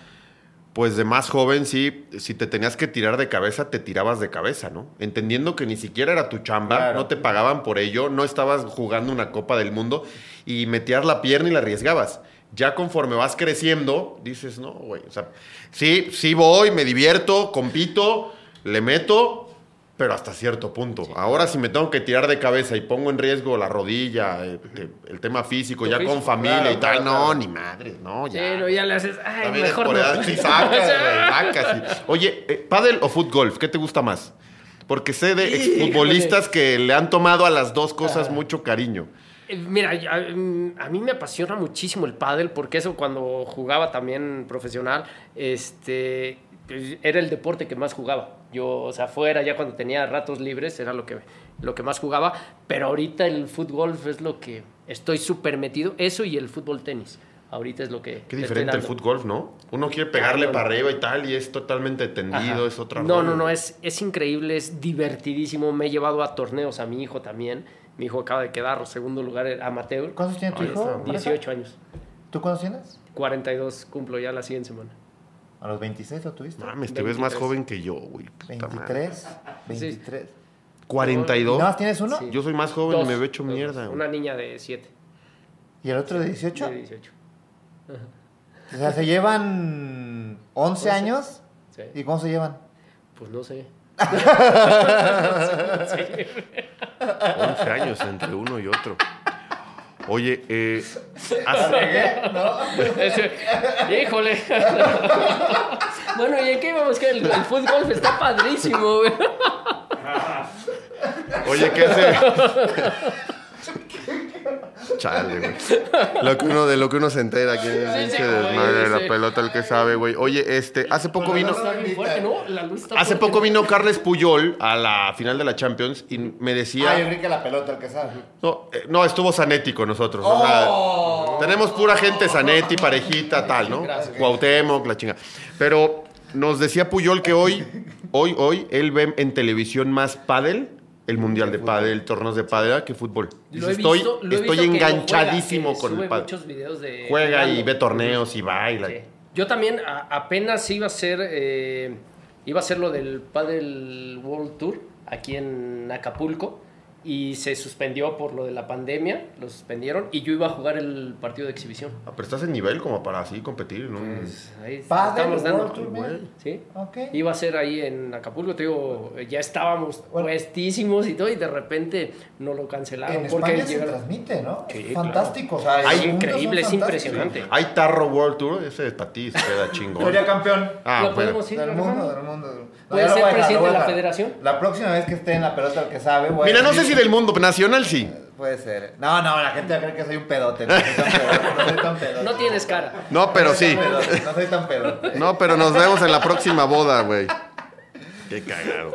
[SPEAKER 1] pues de más joven sí, si te tenías que tirar de cabeza, te tirabas de cabeza, ¿no? Entendiendo que ni siquiera era tu chamba,
[SPEAKER 2] Claro.
[SPEAKER 1] no te pagaban por ello, no estabas jugando una Copa del Mundo y metías la pierna y la arriesgabas. Ya conforme vas creciendo, dices, no, güey, o sea, sí, sí voy, me divierto, compito, le meto, pero hasta cierto punto. Ahora si me tengo que tirar de cabeza y pongo en riesgo la rodilla, eh, te- el tema físico,
[SPEAKER 3] Tu
[SPEAKER 1] ya
[SPEAKER 3] físico,
[SPEAKER 1] con familia
[SPEAKER 2] claro,
[SPEAKER 1] y tal,
[SPEAKER 2] claro,
[SPEAKER 1] no,
[SPEAKER 2] claro.
[SPEAKER 1] ni madre, no, ya.
[SPEAKER 3] Pero ya le haces, ay,
[SPEAKER 1] También es
[SPEAKER 3] mejor
[SPEAKER 1] por
[SPEAKER 3] no. <laughs>
[SPEAKER 1] edad, sí sacas, güey, sacas, sí. Oye, eh, ¿pádel o fútbol? ¿Qué te gusta más? Porque sé de
[SPEAKER 3] Híjole. Ah.
[SPEAKER 1] exfutbolistas que le han tomado a las dos cosas mucho cariño.
[SPEAKER 3] Eh, Mira, a, mm, a mí me apasiona muchísimo el pádel porque eso cuando jugaba también profesional, este, pues, era el deporte que más jugaba. Yo, o sea, fuera ya cuando tenía ratos libres era lo que, lo que más jugaba, pero ahorita el fútbol es lo que estoy súper metido, eso y el fútbol tenis. Ahorita es lo que
[SPEAKER 1] Qué
[SPEAKER 3] le estoy
[SPEAKER 1] diferente el
[SPEAKER 3] dando.
[SPEAKER 1] fútbol, ¿no? Uno quiere pegarle
[SPEAKER 3] Cabrón.
[SPEAKER 1] para arriba y tal, y es totalmente tendido,
[SPEAKER 3] Ajá.
[SPEAKER 1] es otra
[SPEAKER 3] No,
[SPEAKER 1] rollo.
[SPEAKER 3] no, no, es, es increíble, es divertidísimo. Me he llevado a torneos a mi hijo también. Mi hijo acaba de quedar segundo lugar amateur.
[SPEAKER 2] ¿Cuántos tiene tu
[SPEAKER 3] Ahí
[SPEAKER 2] hijo,
[SPEAKER 3] está,
[SPEAKER 2] Marta?
[SPEAKER 3] 18 años.
[SPEAKER 2] ¿Tú cuántos tienes?
[SPEAKER 3] 42 cumplo ya la siguiente semana.
[SPEAKER 2] ¿A los 26 lo tuviste?
[SPEAKER 1] Mames, te ves más
[SPEAKER 3] 23.
[SPEAKER 1] joven que yo, güey. puta madre.
[SPEAKER 2] ¿23? ¿23? ¿Y
[SPEAKER 1] 42.
[SPEAKER 2] nada más tienes uno?
[SPEAKER 3] Sí.
[SPEAKER 1] Yo soy más joven
[SPEAKER 3] Dos,
[SPEAKER 1] y me veo hecho
[SPEAKER 3] dos,
[SPEAKER 1] mierda. güey.
[SPEAKER 3] Una niña de 7,
[SPEAKER 2] ¿Y el otro de 18?
[SPEAKER 3] de 18.
[SPEAKER 2] O sea, se llevan 11 años.
[SPEAKER 3] Sí.
[SPEAKER 2] ¿Y cómo se llevan?
[SPEAKER 3] Pues no
[SPEAKER 1] <laughs>
[SPEAKER 3] sé. <laughs>
[SPEAKER 1] 11 años entre uno y otro. Oye,
[SPEAKER 3] <laughs>
[SPEAKER 1] eh, has-
[SPEAKER 3] Ese- <laughs> Híjole. <laughs> bueno, ¿y en qué íbamos? Que el, el fútbol está padrísimo, güey.
[SPEAKER 1] oye, ¿qué hace? <laughs> Chale, güey. Lo que uno, de lo que uno se entera, que es
[SPEAKER 3] Sí, sí,
[SPEAKER 1] pinche
[SPEAKER 3] güey,
[SPEAKER 1] desmadre de la
[SPEAKER 3] sí.
[SPEAKER 1] pelota, el que sabe, güey. Oye, este, hace poco vino.
[SPEAKER 3] Está bien fuerte, ¿no? La luz está
[SPEAKER 1] Hace
[SPEAKER 3] fuerte.
[SPEAKER 1] poco vino Carles Puyol a la final de la Champions y me decía.
[SPEAKER 2] Ah, yo creí que la pelota, el que sabe.
[SPEAKER 1] No, eh, no, estuvo Zanetti con nosotros. o sea,
[SPEAKER 3] Oh.
[SPEAKER 1] tenemos pura gente, Zanetti, parejita, tal, ¿no? Cuauhtémoc, la chinga. Pero nos decía Puyol que hoy, hoy, hoy, él ve en televisión más pádel, el mundial de pádel, torneos de pádel, ah, que fútbol. Dice,
[SPEAKER 3] Lo he
[SPEAKER 1] estoy
[SPEAKER 3] visto- lo he
[SPEAKER 1] estoy
[SPEAKER 3] visto que lo juega,
[SPEAKER 1] enganchadísimo
[SPEAKER 3] que
[SPEAKER 1] con
[SPEAKER 3] sube
[SPEAKER 1] el pádel.
[SPEAKER 3] muchos videos de-
[SPEAKER 1] Juega y
[SPEAKER 3] jugando.
[SPEAKER 1] ve torneos y baila.
[SPEAKER 3] Sí. Yo también a- apenas iba a ser eh, iba a ser lo del Padel World Tour aquí en Acapulco y se suspendió por lo de la pandemia, lo suspendieron y yo iba a jugar el partido de exhibición.
[SPEAKER 1] Ah, pero estás en nivel como para así competir, ¿no?
[SPEAKER 3] Pues ahí
[SPEAKER 2] Padel
[SPEAKER 3] estamos
[SPEAKER 2] World Tour,
[SPEAKER 1] Güey.
[SPEAKER 2] mira.
[SPEAKER 3] Sí.
[SPEAKER 2] Ok.
[SPEAKER 3] Iba a ser ahí en Acapulco, te digo, ya estábamos
[SPEAKER 2] Bueno.
[SPEAKER 3] puestísimos y todo y de repente no lo cancelaron
[SPEAKER 2] En
[SPEAKER 3] porque
[SPEAKER 2] España se
[SPEAKER 3] llegaron-
[SPEAKER 2] transmite, ¿no?
[SPEAKER 3] Sí,
[SPEAKER 2] Es fantástico. o sea, los
[SPEAKER 3] Es
[SPEAKER 2] mundos son
[SPEAKER 3] increíble, es
[SPEAKER 2] fantásticos.
[SPEAKER 3] impresionante.
[SPEAKER 1] Hay Tarro World Tour, ese de Tatís queda chingón.
[SPEAKER 2] Gloria campeón.
[SPEAKER 1] Ah,
[SPEAKER 3] Lo
[SPEAKER 1] bueno.
[SPEAKER 3] podemos ir
[SPEAKER 2] del
[SPEAKER 3] armando.
[SPEAKER 2] mundo, del mundo. del- No,
[SPEAKER 3] ¿Puede
[SPEAKER 2] ya lo
[SPEAKER 3] ser
[SPEAKER 2] voy a dejar,
[SPEAKER 3] presidente
[SPEAKER 2] lo voy a
[SPEAKER 3] de la
[SPEAKER 2] dejar.
[SPEAKER 3] federación?
[SPEAKER 2] La próxima vez que esté en la pelota, el que sabe, güey.
[SPEAKER 1] Mira, no sé si del mundo, pero nacional sí.
[SPEAKER 2] Puede ser. No, no, la gente va a creer que soy un pedote. No soy tan pedote. No, soy tan pedote.
[SPEAKER 3] No tienes cara.
[SPEAKER 1] No, pero sí.
[SPEAKER 2] No soy tan pedote, no soy tan pedote.
[SPEAKER 1] No, pero nos vemos en la próxima boda, güey. Qué cagado.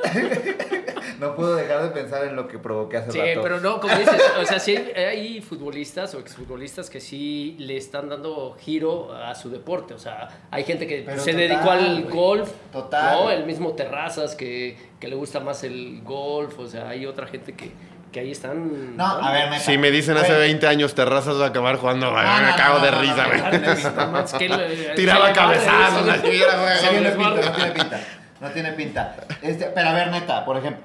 [SPEAKER 2] No puedo dejar de pensar en lo que provoqué hace
[SPEAKER 3] Sí,
[SPEAKER 2] rato.
[SPEAKER 3] pero no, como dices, o sea, sí hay, hay futbolistas o exfutbolistas que sí le están dando giro a su deporte. O sea, hay gente que
[SPEAKER 2] Pero
[SPEAKER 3] se
[SPEAKER 2] total,
[SPEAKER 3] dedicó al
[SPEAKER 2] güey.
[SPEAKER 3] golf,
[SPEAKER 2] Total.
[SPEAKER 3] ¿no? El mismo Terrazas que, que le gusta más el golf. O sea, hay otra gente que, que ahí están.
[SPEAKER 2] No, a ver, neta.
[SPEAKER 1] Si me dicen hace
[SPEAKER 2] Güey,
[SPEAKER 1] 20 años terrazas va a acabar jugando, güey,
[SPEAKER 2] No,
[SPEAKER 1] me
[SPEAKER 2] no,
[SPEAKER 1] cago
[SPEAKER 2] no,
[SPEAKER 1] de
[SPEAKER 2] no,
[SPEAKER 1] risa,
[SPEAKER 2] no,
[SPEAKER 1] güey.
[SPEAKER 3] Es que le- se
[SPEAKER 1] Tiraba
[SPEAKER 3] le
[SPEAKER 1] cabezazos,
[SPEAKER 3] va,
[SPEAKER 1] la chingada, güey.
[SPEAKER 2] Sí,
[SPEAKER 3] Sobre
[SPEAKER 2] tiene
[SPEAKER 3] el
[SPEAKER 2] pinta,
[SPEAKER 3] barrio.
[SPEAKER 2] no tiene pinta. No tiene pinta. Este, pero a ver, neta, por ejemplo,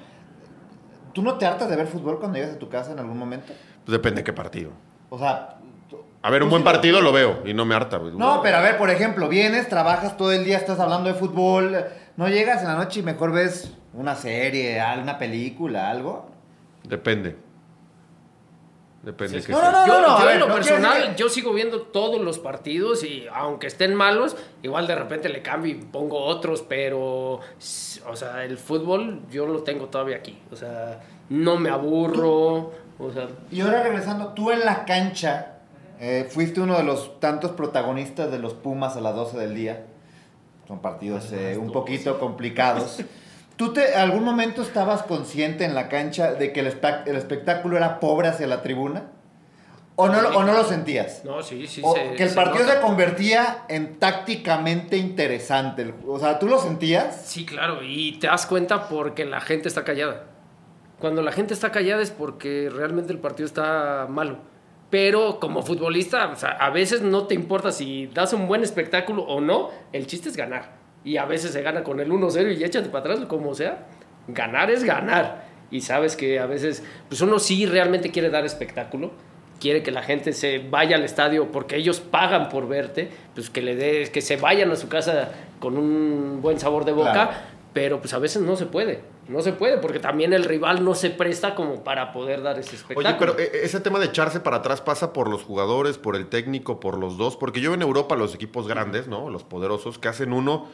[SPEAKER 2] ¿tú no te hartas de ver fútbol cuando llegas a tu casa en algún momento?
[SPEAKER 1] Pues depende de qué partido.
[SPEAKER 2] O sea. tú-
[SPEAKER 1] A ver, un
[SPEAKER 2] tú
[SPEAKER 1] buen
[SPEAKER 2] sí lo-
[SPEAKER 1] partido lo veo y no me harta, güey.
[SPEAKER 2] No, pero a ver, por ejemplo, vienes, trabajas todo el día, estás hablando de fútbol, no llegas en la noche y mejor ves una serie, una película, algo.
[SPEAKER 1] Depende. Depende.
[SPEAKER 3] Sí,
[SPEAKER 1] que
[SPEAKER 2] no, no,
[SPEAKER 1] sea.
[SPEAKER 2] no.
[SPEAKER 3] yo, yo
[SPEAKER 2] a ver,
[SPEAKER 3] en lo
[SPEAKER 2] no quiero decir
[SPEAKER 3] personal,
[SPEAKER 2] que-
[SPEAKER 3] yo sigo viendo todos los partidos y aunque estén malos, igual de repente le cambio y pongo otros, pero, s- o sea, el fútbol yo lo tengo todavía aquí. O sea, no me aburro, o sea,
[SPEAKER 2] Y ahora regresando, tú en la cancha eh, fuiste uno de los tantos protagonistas de los Pumas a las 12 del día. Son partidos eh, un poquito
[SPEAKER 3] <laughs>
[SPEAKER 2] complicados. ¿Tú te, algún momento estabas consciente en la cancha de que el, espa- el espectáculo era pobre hacia la tribuna? ¿O no, lo- o no lo sentías?
[SPEAKER 3] no, sí, sí.
[SPEAKER 2] O
[SPEAKER 3] se-
[SPEAKER 2] que el
[SPEAKER 3] se
[SPEAKER 2] partido
[SPEAKER 3] nota.
[SPEAKER 2] se convertía en tácticamente interesante. el- O sea, ¿tú lo sentías?
[SPEAKER 3] Sí, claro, y te das cuenta porque la gente está callada. Cuando la gente está callada es porque realmente el partido está malo. Pero como futbolista, o sea, a veces no te importa si das un buen espectáculo o no, el chiste es ganar. Y a veces se gana con el 1-0 y échate para atrás, como sea. Ganar es ganar. Y sabes que a veces, pues uno sí realmente quiere dar espectáculo, quiere que la gente se vaya al estadio porque ellos pagan por verte, pues que le des, que se vayan a su casa con un buen sabor de boca,
[SPEAKER 2] Claro.
[SPEAKER 3] pero pues a veces no se puede, no se puede porque también el rival no se presta como para poder dar ese espectáculo.
[SPEAKER 1] Oye, pero eh, ese tema de echarse para atrás pasa por los jugadores, por el técnico, por los dos. Porque yo veo en Europa los equipos grandes, ¿no? Los poderosos, que hacen uno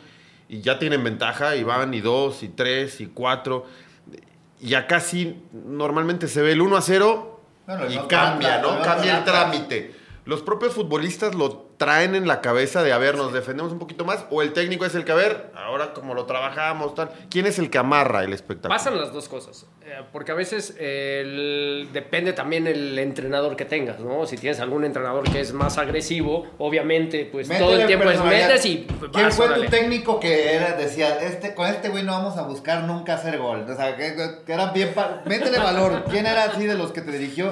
[SPEAKER 1] y ya tienen ventaja y van y dos y tres y cuatro. Y acá sí normalmente se ve el 1 a 0
[SPEAKER 2] Bueno,
[SPEAKER 1] y
[SPEAKER 2] no
[SPEAKER 1] cambia,
[SPEAKER 2] tanta,
[SPEAKER 1] ¿no?
[SPEAKER 2] no
[SPEAKER 1] Cambia el
[SPEAKER 2] tanta.
[SPEAKER 1] trámite. Los propios futbolistas lo traen en la cabeza de, a ver, nos defendemos un poquito más. O el técnico es el que, a ver, ahora como lo trabajamos, tal. ¿Quién es el que amarra el espectáculo?
[SPEAKER 3] Pasan las dos cosas, eh, porque a veces eh, el- depende también el entrenador que tengas, ¿no? Si tienes algún entrenador que es más agresivo, obviamente pues todo el
[SPEAKER 2] Métele
[SPEAKER 3] tiempo es
[SPEAKER 2] personalidad.
[SPEAKER 3] metes y
[SPEAKER 2] ¿Quién
[SPEAKER 3] vas,
[SPEAKER 2] fue
[SPEAKER 3] órale.
[SPEAKER 2] tu técnico que era, decía, este, con este güey no vamos a buscar nunca hacer gol? O sea, que, que eran bien... pa- Métele
[SPEAKER 3] <laughs>
[SPEAKER 2] valor. ¿Quién era así de los que te dirigió?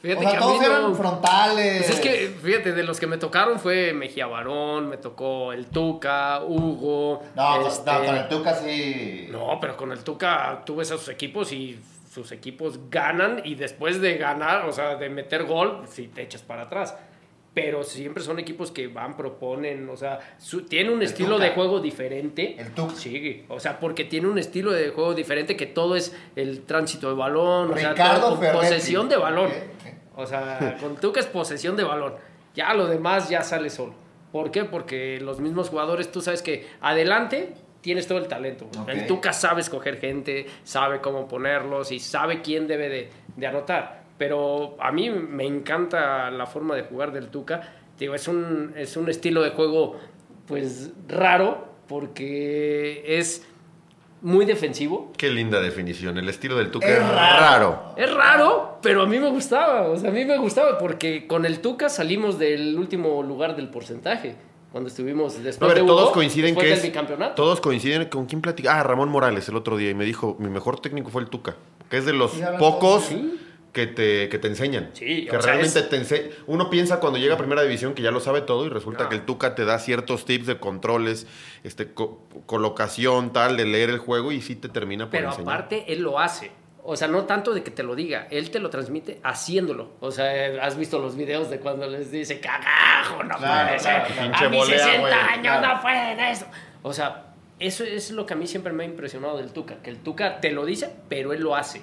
[SPEAKER 3] Fíjate
[SPEAKER 2] o sea,
[SPEAKER 3] que a
[SPEAKER 2] todos
[SPEAKER 3] mí no-
[SPEAKER 2] eran frontales.
[SPEAKER 3] Pues es que, fíjate, de los que me tocaron fue Mejía Barón, me tocó el Tuca, Hugo.
[SPEAKER 2] No, con-
[SPEAKER 3] este,
[SPEAKER 2] no, con el Tuca sí...
[SPEAKER 3] no, pero con el Tuca tú ves a sus equipos y sus equipos ganan y después de ganar, o sea, de meter gol, si te echas para atrás. Pero siempre son equipos que van, proponen, o sea, su- tiene un estilo
[SPEAKER 2] Tuca.
[SPEAKER 3] de juego diferente.
[SPEAKER 2] El Tuca.
[SPEAKER 3] Sí, o sea, porque tiene un estilo de juego diferente que todo es el tránsito de balón, o sea, todo
[SPEAKER 2] Ricardo
[SPEAKER 3] con
[SPEAKER 2] Ferretti.
[SPEAKER 3] posesión de balón.
[SPEAKER 2] Ok.
[SPEAKER 3] O sea, con tú que es posesión de balón. Ya lo demás ya sale solo. ¿Por qué? Porque los mismos jugadores, tú sabes que adelante tienes todo el talento.
[SPEAKER 2] Ok.
[SPEAKER 3] El Tuca sabe escoger gente, sabe cómo ponerlos y sabe quién debe de, de anotar. Pero a mí me encanta la forma de jugar del Tuca. Te Digo, es un, es un estilo de juego pues raro porque es muy defensivo.
[SPEAKER 1] Qué linda definición. El estilo del Tuca
[SPEAKER 2] Es
[SPEAKER 1] es
[SPEAKER 2] raro.
[SPEAKER 1] raro.
[SPEAKER 3] Es raro, pero a mí me gustaba. O sea, a mí me gustaba porque con el Tuca salimos del último lugar del porcentaje. Cuando estuvimos después
[SPEAKER 1] No, a ver,
[SPEAKER 3] de Hugo,
[SPEAKER 1] todos coinciden
[SPEAKER 3] después
[SPEAKER 1] que
[SPEAKER 3] del
[SPEAKER 1] es.
[SPEAKER 3] bicampeonato.
[SPEAKER 1] Todos coinciden con quién platica. Ah, Ramón Morales el otro día y me dijo: Mi mejor técnico fue el Tuca, que es de los
[SPEAKER 2] Sí, hablan
[SPEAKER 1] pocos
[SPEAKER 2] todos
[SPEAKER 1] que te, que te enseñan.
[SPEAKER 3] Sí,
[SPEAKER 1] que
[SPEAKER 3] o sea,
[SPEAKER 1] realmente
[SPEAKER 3] es-
[SPEAKER 1] te ense- Uno piensa cuando llega a primera división que ya lo sabe todo y resulta
[SPEAKER 3] No.
[SPEAKER 1] que el Tuca te da ciertos tips de controles, este, co- colocación, tal, de leer el juego y sí te termina por
[SPEAKER 3] Pero
[SPEAKER 1] enseñar.
[SPEAKER 3] aparte, él lo hace. O sea, no tanto de que te lo diga, él te lo transmite haciéndolo. O sea, has visto los videos de cuando les dice, cagajo, no
[SPEAKER 2] Claro,
[SPEAKER 3] puede
[SPEAKER 2] claro,
[SPEAKER 3] ser.
[SPEAKER 2] claro.
[SPEAKER 1] Pinche
[SPEAKER 3] A mis
[SPEAKER 1] volea,
[SPEAKER 3] 60
[SPEAKER 1] güey,
[SPEAKER 3] años
[SPEAKER 2] claro.
[SPEAKER 3] no pueden eso. O sea, eso es lo que a mí siempre me ha impresionado del Tuca, que el Tuca te lo dice, pero él lo hace.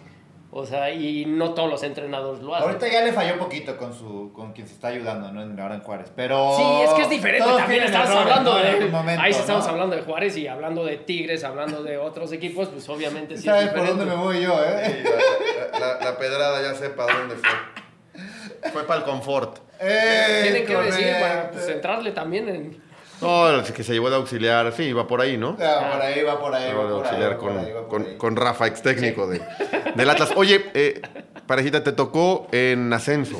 [SPEAKER 3] O sea, y no todos los entrenadores lo hacen.
[SPEAKER 2] Ahorita ya le falló poquito con su con quien se está ayudando, ¿no? En- Ahora en Juárez. Pero.
[SPEAKER 3] Sí, es que es diferente.
[SPEAKER 2] Oh, todos
[SPEAKER 3] También
[SPEAKER 2] tienen
[SPEAKER 3] estamos
[SPEAKER 2] errores,
[SPEAKER 3] hablando
[SPEAKER 2] ¿no? en
[SPEAKER 3] de.
[SPEAKER 2] algún momento,
[SPEAKER 3] ahí sí
[SPEAKER 2] ¿no?
[SPEAKER 3] estamos hablando de Juárez y hablando de Tigres, hablando de otros equipos, pues obviamente sí. es
[SPEAKER 2] ¿Sabes por
[SPEAKER 3] diferente.
[SPEAKER 2] dónde me voy yo, eh?
[SPEAKER 1] La, pedrada ya sepa dónde fue. Fue para el confort.
[SPEAKER 2] Eh,
[SPEAKER 3] Tienen que decir para
[SPEAKER 2] correcto.
[SPEAKER 3] pues, entrarle también en.
[SPEAKER 1] No, el que se llevó de auxiliar, sí, va por ahí, ¿no?
[SPEAKER 2] Ah, por ahí va, por ahí.
[SPEAKER 1] Se
[SPEAKER 2] va
[SPEAKER 1] llevó de
[SPEAKER 2] por ahí,
[SPEAKER 1] auxiliar
[SPEAKER 2] va por
[SPEAKER 1] con,
[SPEAKER 2] ahí, va por
[SPEAKER 1] con-
[SPEAKER 2] ahí.
[SPEAKER 1] con Rafa, ex técnico de, del Atlas. Oye,
[SPEAKER 2] <laughs>
[SPEAKER 1] eh, parejita, te tocó en ascenso.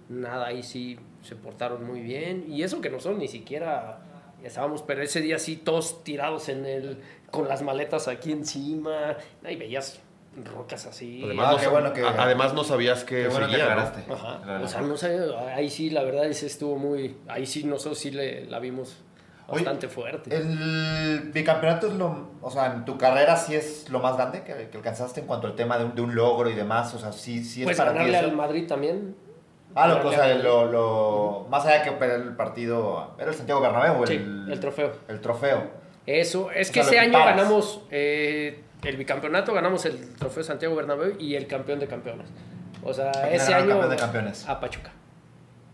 [SPEAKER 3] Nada, ahí sí se portaron muy bien. Y eso que nosotros ni siquiera ya estábamos, pero ese día sí todos tirados en el, con las maletas aquí encima. Y veías rocas así.
[SPEAKER 1] Además,
[SPEAKER 2] Ah,
[SPEAKER 1] no,
[SPEAKER 2] qué
[SPEAKER 1] sab-
[SPEAKER 2] bueno que-
[SPEAKER 1] a- además no sabías que
[SPEAKER 2] Qué bueno que
[SPEAKER 1] seguía, ¿no?
[SPEAKER 2] aclaraste.
[SPEAKER 3] Ajá.
[SPEAKER 2] Claro.
[SPEAKER 3] O sea, no sé, ahí sí la verdad ese estuvo muy, ahí sí nosotros sí le, la vimos.
[SPEAKER 2] Oye,
[SPEAKER 3] bastante fuerte.
[SPEAKER 2] El bicampeonato es lo. O sea, en tu carrera sí es lo más grande que, que alcanzaste en cuanto al tema de un, de un logro y demás. O sea, sí, sí es
[SPEAKER 3] Pues
[SPEAKER 2] para ti.
[SPEAKER 3] ganarle
[SPEAKER 2] eso.
[SPEAKER 3] al Madrid también.
[SPEAKER 2] Ah, lo, o
[SPEAKER 3] Ganarle
[SPEAKER 2] sea,
[SPEAKER 3] al-
[SPEAKER 2] lo, lo- más allá que operar el partido, era el Santiago Bernabéu,
[SPEAKER 3] Sí,
[SPEAKER 2] el,
[SPEAKER 3] el trofeo.
[SPEAKER 2] El trofeo.
[SPEAKER 3] Eso, es
[SPEAKER 2] O
[SPEAKER 3] que
[SPEAKER 2] sea, lo
[SPEAKER 3] ese
[SPEAKER 2] que
[SPEAKER 3] año
[SPEAKER 2] pagas.
[SPEAKER 3] ganamos eh, el bicampeonato, ganamos el trofeo Santiago Bernabéu y el campeón de campeones. O sea,
[SPEAKER 2] quién ganaron
[SPEAKER 3] ese año
[SPEAKER 2] campeón de campeones?
[SPEAKER 3] a Pachuca.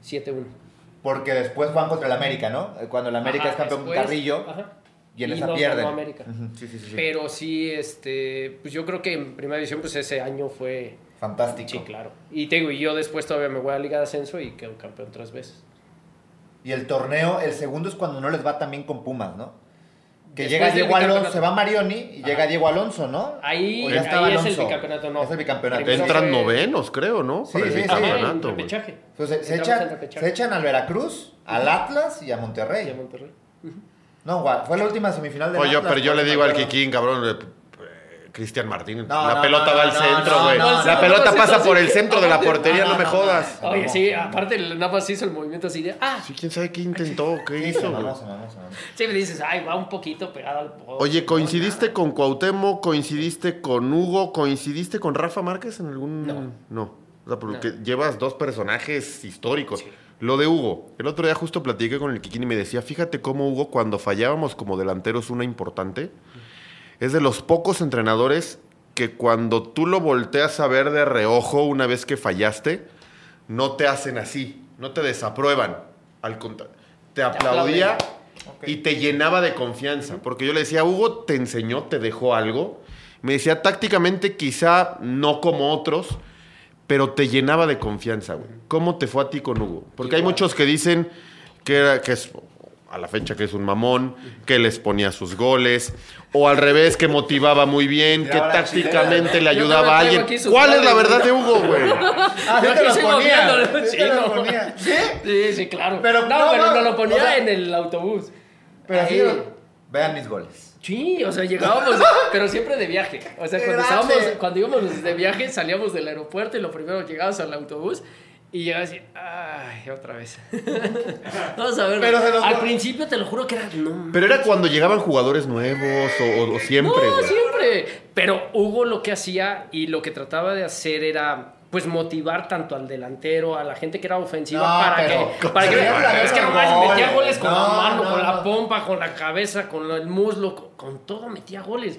[SPEAKER 3] 7-1.
[SPEAKER 2] Porque después van contra el América, ¿no? Cuando el América
[SPEAKER 3] Ajá,
[SPEAKER 2] es campeón
[SPEAKER 3] después,
[SPEAKER 2] Carrillo
[SPEAKER 3] ajá.
[SPEAKER 2] y en
[SPEAKER 3] Y
[SPEAKER 2] esa
[SPEAKER 3] nos
[SPEAKER 2] pierden.
[SPEAKER 3] ganó América.
[SPEAKER 2] Ujú, Sí, sí, sí. sí.
[SPEAKER 3] Pero sí, este, pues yo creo que en primera división pues ese año fue
[SPEAKER 2] Fantástico.
[SPEAKER 3] sí, claro. Y te digo, y yo después todavía me voy a Liga de Ascenso y quedo campeón tres veces.
[SPEAKER 2] Y el torneo, el segundo es cuando no les va tan bien con Pumas, ¿no? Que
[SPEAKER 3] Después
[SPEAKER 2] llega
[SPEAKER 3] del
[SPEAKER 2] Diego Alonso,
[SPEAKER 3] bicampeonato.
[SPEAKER 2] se va Marioni y llega Diego Alonso, ¿no?
[SPEAKER 3] Ahí-
[SPEAKER 2] O ya estaba
[SPEAKER 3] ahí es el
[SPEAKER 2] Alonso.
[SPEAKER 3] bicampeonato, no.
[SPEAKER 2] Es el bicampeonato.
[SPEAKER 3] Primero
[SPEAKER 1] Entran
[SPEAKER 3] fue-
[SPEAKER 1] novenos, creo, ¿no?
[SPEAKER 2] Sí,
[SPEAKER 1] Para el
[SPEAKER 2] sí, sí.
[SPEAKER 3] Ajá,
[SPEAKER 1] bicampeonato,
[SPEAKER 3] en
[SPEAKER 1] güey.
[SPEAKER 3] repechaje.
[SPEAKER 2] Entonces, se,
[SPEAKER 3] Entramos
[SPEAKER 2] echan,
[SPEAKER 3] en repechaje.
[SPEAKER 2] se echan al Veracruz, al Atlas y a
[SPEAKER 3] Y a
[SPEAKER 2] Monterrey.
[SPEAKER 3] Monterrey.
[SPEAKER 2] No, gua- fue la última semifinal de
[SPEAKER 1] Oye, yo- pero yo le digo al
[SPEAKER 2] Kiki
[SPEAKER 1] Kikín, cabrón, le- eh, Cristian Martín,
[SPEAKER 2] No,
[SPEAKER 1] la
[SPEAKER 2] no,
[SPEAKER 1] pelota
[SPEAKER 2] no,
[SPEAKER 1] va al
[SPEAKER 2] no,
[SPEAKER 1] centro,
[SPEAKER 2] no,
[SPEAKER 1] güey.
[SPEAKER 2] no, no,
[SPEAKER 1] la
[SPEAKER 2] no,
[SPEAKER 1] pelota
[SPEAKER 3] no,
[SPEAKER 1] pasa
[SPEAKER 3] no,
[SPEAKER 1] por
[SPEAKER 3] sí.
[SPEAKER 1] el centro de la
[SPEAKER 3] Aparte-
[SPEAKER 1] portería,
[SPEAKER 2] no,
[SPEAKER 1] no,
[SPEAKER 2] no,
[SPEAKER 1] me
[SPEAKER 2] no,
[SPEAKER 1] jodas.
[SPEAKER 2] no, no.
[SPEAKER 3] Oye, sí, aparte nada más hizo el movimiento así de, ah,
[SPEAKER 1] Sí, quién sabe qué intentó, qué
[SPEAKER 2] Sí, se
[SPEAKER 1] hizo,
[SPEAKER 2] mamó,
[SPEAKER 1] güey.
[SPEAKER 2] se mamó, se mamó.
[SPEAKER 3] sí me dices, ay, va un poquito pegada al poste.
[SPEAKER 1] Oye,
[SPEAKER 3] No,
[SPEAKER 1] ¿coincidiste
[SPEAKER 3] nada.
[SPEAKER 1] con Cuauhtémoc? ¿Coincidiste con Hugo? ¿Coincidiste con Rafa Márquez en algún...?
[SPEAKER 3] No.
[SPEAKER 1] O sea, porque llevas dos personajes históricos. Lo de Hugo. El otro día justo platiqué con el Kikín y me decía, fíjate cómo Hugo, cuando fallábamos como delanteros una importante, es de los pocos entrenadores que cuando tú lo volteas a ver de reojo una vez que fallaste, no te hacen así, no te desaprueban. Al contrario, te aplaudía
[SPEAKER 2] Ok.
[SPEAKER 1] y te llenaba de confianza. Porque yo le decía, Hugo te enseñó, te dejó algo. Me decía, tácticamente quizá no como otros, pero te llenaba de confianza, güey. ¿Cómo te fue a ti con Hugo? Porque hay
[SPEAKER 3] Igual.
[SPEAKER 1] muchos que dicen que, era- que es a la fecha que es un mamón, que les ponía sus goles, o al revés, que motivaba muy bien, que
[SPEAKER 2] Tiraba la
[SPEAKER 1] tácticamente le
[SPEAKER 3] chilena, ¿no? ¿eh? Yo
[SPEAKER 1] ayudaba a
[SPEAKER 3] también traigo
[SPEAKER 1] alguien.
[SPEAKER 3] aquí su
[SPEAKER 1] ¿Cuál es
[SPEAKER 3] cuadro,
[SPEAKER 1] la verdad
[SPEAKER 3] ¿no?
[SPEAKER 1] de
[SPEAKER 3] <laughs>
[SPEAKER 1] Hugo, güey?
[SPEAKER 2] Ah, sí
[SPEAKER 3] Yo
[SPEAKER 2] te
[SPEAKER 3] aquí
[SPEAKER 2] los
[SPEAKER 3] sigo
[SPEAKER 2] ponía.
[SPEAKER 3] viéndolo,
[SPEAKER 2] Sí, te los
[SPEAKER 3] chino.
[SPEAKER 2] ponía. Sí,
[SPEAKER 3] Sí, sí, claro.
[SPEAKER 2] Pero,
[SPEAKER 3] no,
[SPEAKER 2] no,
[SPEAKER 3] pero
[SPEAKER 2] no,
[SPEAKER 3] no lo ponía
[SPEAKER 2] o sea-
[SPEAKER 3] en el autobús.
[SPEAKER 2] pero sí.
[SPEAKER 3] Ahí.
[SPEAKER 2] Vean mis goles.
[SPEAKER 3] Sí, o
[SPEAKER 2] <laughs>
[SPEAKER 3] sea, llegábamos, pero siempre de viaje. O sea,
[SPEAKER 2] ¡Qué
[SPEAKER 3] cuando,
[SPEAKER 2] grande!
[SPEAKER 3] estábamos- cuando íbamos de viaje, salíamos del aeropuerto y lo primero llegabas al autobús y llegabas así, ay, otra vez. <laughs> Vamos a ver.
[SPEAKER 2] Pero se los-
[SPEAKER 3] al principio te lo juro que era, no
[SPEAKER 1] Pero era cuando llegaban jugadores nuevos o, o- o siempre,
[SPEAKER 3] no,
[SPEAKER 1] güey.
[SPEAKER 3] siempre. Pero Hugo lo que hacía y lo que trataba de hacer era pues motivar tanto al delantero, a la gente que era ofensiva
[SPEAKER 2] No,
[SPEAKER 3] para
[SPEAKER 2] pero- <laughs>
[SPEAKER 3] que para que
[SPEAKER 2] Pero la
[SPEAKER 3] es que
[SPEAKER 2] verdad,
[SPEAKER 3] no mames,
[SPEAKER 2] goles.
[SPEAKER 3] metía goles con la
[SPEAKER 2] No,
[SPEAKER 3] mano,
[SPEAKER 2] no,
[SPEAKER 3] con la
[SPEAKER 2] no.
[SPEAKER 3] pompa, con la cabeza, con el muslo, con, con todo metía goles.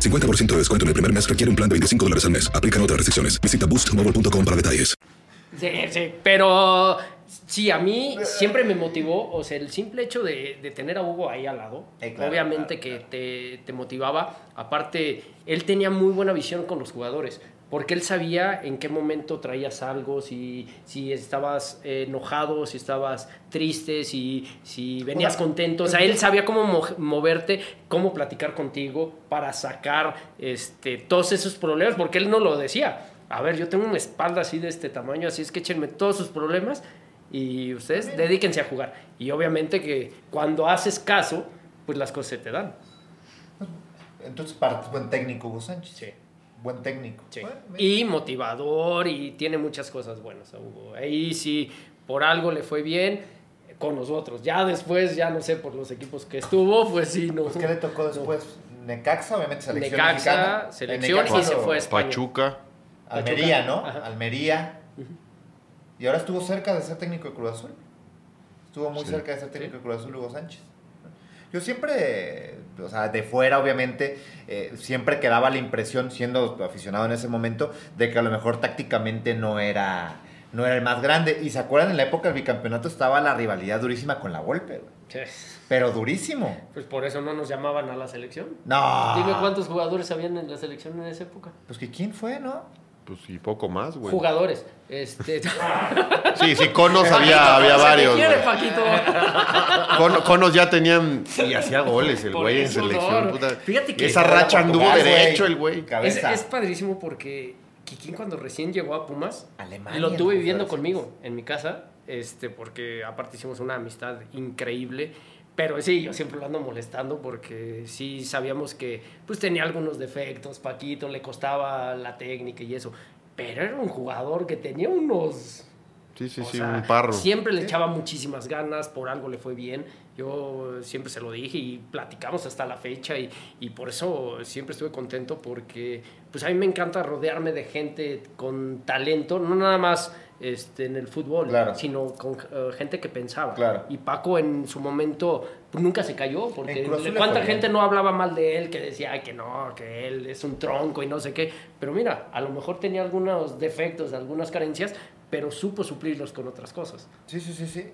[SPEAKER 5] 50% de descuento en el primer mes requiere un plan de 25 dólares al mes. Aplican otras restricciones. Visita boostmobile.com para detalles.
[SPEAKER 3] Sí, sí, pero sí, a mí siempre me motivó, o sea, el simple hecho de, de tener a Hugo ahí al lado,
[SPEAKER 2] Eh, claro,
[SPEAKER 3] obviamente
[SPEAKER 2] claro,
[SPEAKER 3] que Te, te motivaba, aparte, él tenía muy buena visión con los jugadores, porque él sabía en qué momento traías algo, si, si estabas eh, enojado, si estabas triste, si, si venías
[SPEAKER 2] sea,
[SPEAKER 3] contento, o sea, él sabía cómo mo- moverte, cómo platicar contigo para sacar este, todos esos problemas, porque él no lo decía. A ver, yo tengo una espalda así de este tamaño, así es que échenme todos sus problemas y ustedes dedíquense a jugar. Y obviamente que cuando haces caso, pues las cosas se te dan.
[SPEAKER 2] Entonces, parte, buen técnico Hugo Sánchez.
[SPEAKER 3] Sí.
[SPEAKER 2] Buen técnico.
[SPEAKER 3] Sí.
[SPEAKER 2] Bueno, mira.
[SPEAKER 3] Y motivador y tiene muchas cosas buenas a Hugo. Ahí sí, por algo le fue bien eh, con nosotros. Ya después, ya no sé, por los equipos que estuvo, pues sí, no.
[SPEAKER 2] Pues, ¿Qué le tocó después? Necaxa, obviamente, selección
[SPEAKER 3] Necaxa,
[SPEAKER 2] mexicana. En
[SPEAKER 3] selección, y se
[SPEAKER 2] lo-
[SPEAKER 3] fue a España.
[SPEAKER 1] Pachuca.
[SPEAKER 2] Almería, ¿no?
[SPEAKER 3] Pachuca. Ajá.
[SPEAKER 2] Almería. Y ahora estuvo cerca de ser técnico de Cruz Azul. Estuvo muy cerca de ser técnico de Cruz Azul Hugo Sánchez. Yo siempre, o sea, de fuera obviamente, eh, siempre quedaba la impresión, siendo aficionado en ese momento, de que a lo mejor tácticamente no era, no era el más grande. Y se acuerdan, en la época del bicampeonato estaba la rivalidad durísima con la Volpe, güey.
[SPEAKER 3] Sí.
[SPEAKER 2] pero durísimo.
[SPEAKER 3] Pues por eso no nos llamaban a la selección.
[SPEAKER 2] No.
[SPEAKER 1] Ah.
[SPEAKER 3] Dime cuántos jugadores habían en la selección en esa época.
[SPEAKER 2] Pues que quién fue, ¿no?
[SPEAKER 1] Pues y poco más, güey.
[SPEAKER 3] Jugadores. Este... <laughs>
[SPEAKER 1] Sí, sí, conos había, Ah, había
[SPEAKER 3] Se te
[SPEAKER 1] varios.
[SPEAKER 3] quiere,
[SPEAKER 1] güey.
[SPEAKER 3] Paquito.
[SPEAKER 1] Cono- conos ya tenían. Y hacía goles el
[SPEAKER 3] Por
[SPEAKER 1] güey en
[SPEAKER 3] eso,
[SPEAKER 1] selección.
[SPEAKER 3] no, no.
[SPEAKER 1] puta.
[SPEAKER 3] Fíjate que-
[SPEAKER 1] Esa racha anduvo
[SPEAKER 2] Portugal, güey.
[SPEAKER 1] derecho el güey.
[SPEAKER 3] Es,
[SPEAKER 2] Cabeza.
[SPEAKER 3] es padrísimo porque Kikín cuando recién llegó a Pumas,
[SPEAKER 2] Alemania,
[SPEAKER 3] lo tuve
[SPEAKER 2] ¿no?
[SPEAKER 3] viviendo conmigo en mi casa, este, porque aparte hicimos una amistad increíble. Pero sí, yo siempre lo ando molestando porque sí sabíamos que pues tenía algunos defectos, Paquito le costaba la técnica y eso. Pero era un jugador que tenía unos
[SPEAKER 1] Sí, sí,
[SPEAKER 3] o
[SPEAKER 1] sí,
[SPEAKER 3] sea,
[SPEAKER 1] un parro.
[SPEAKER 3] Siempre le echaba muchísimas ganas, por algo le fue bien. Yo eh, siempre se lo dije y platicamos hasta la fecha y, y por eso siempre estuve contento porque pues a mí me encanta rodearme de gente con talento, no nada más este, en el fútbol,
[SPEAKER 2] Claro.
[SPEAKER 3] sino con eh, gente que pensaba.
[SPEAKER 2] Claro.
[SPEAKER 3] Y Paco en su momento pues, nunca se cayó porque
[SPEAKER 2] En Cruz Azul le
[SPEAKER 3] cuánta
[SPEAKER 2] fue bien.
[SPEAKER 3] gente no hablaba mal de él, que decía "Ay, que no, que él es un tronco y no sé qué. Pero mira, a lo mejor tenía algunos defectos, algunas carencias, pero supo suplirlos con otras cosas.
[SPEAKER 2] Sí, sí, sí, sí.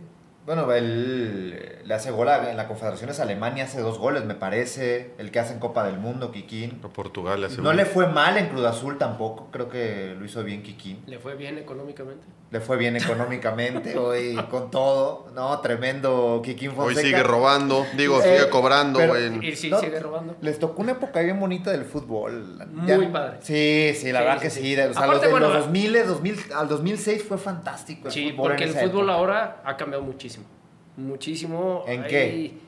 [SPEAKER 2] Bueno, él eh, le hace gol a- en la Confederaciones Alemania, hace dos goles, me parece. El que hace en Copa del Mundo, Kikín.
[SPEAKER 1] A Portugal le hace
[SPEAKER 2] No
[SPEAKER 1] un-
[SPEAKER 2] le fue mal en Cruz Azul tampoco, creo que lo hizo bien Kikín.
[SPEAKER 3] Le fue bien económicamente.
[SPEAKER 2] Le fue bien
[SPEAKER 1] <laughs>
[SPEAKER 2] económicamente, hoy con todo. No, tremendo Kikín
[SPEAKER 1] Hoy
[SPEAKER 2] Fonseca.
[SPEAKER 1] sigue robando. Digo,
[SPEAKER 2] Eh,
[SPEAKER 1] sigue cobrando,
[SPEAKER 2] pero-
[SPEAKER 1] güey.
[SPEAKER 3] Y sí,
[SPEAKER 2] No,
[SPEAKER 3] sigue robando.
[SPEAKER 2] Les tocó una época bien bonita del fútbol.
[SPEAKER 3] Muy padre.
[SPEAKER 2] Sí, sí, la
[SPEAKER 3] Sí,
[SPEAKER 2] verdad
[SPEAKER 3] sí,
[SPEAKER 2] que
[SPEAKER 3] sí.
[SPEAKER 2] sí. de- o sea,
[SPEAKER 3] Aparte,
[SPEAKER 2] los, de
[SPEAKER 3] bueno,
[SPEAKER 2] los
[SPEAKER 3] la-
[SPEAKER 2] 2000, 2000, al 2006 fue fantástico.
[SPEAKER 3] Sí,
[SPEAKER 2] fútbol en
[SPEAKER 3] porque el
[SPEAKER 2] esa
[SPEAKER 3] fútbol
[SPEAKER 2] época.
[SPEAKER 3] ahora ha cambiado muchísimo. Muchísimo.
[SPEAKER 2] ¿En
[SPEAKER 3] Hay- Pues
[SPEAKER 2] qué?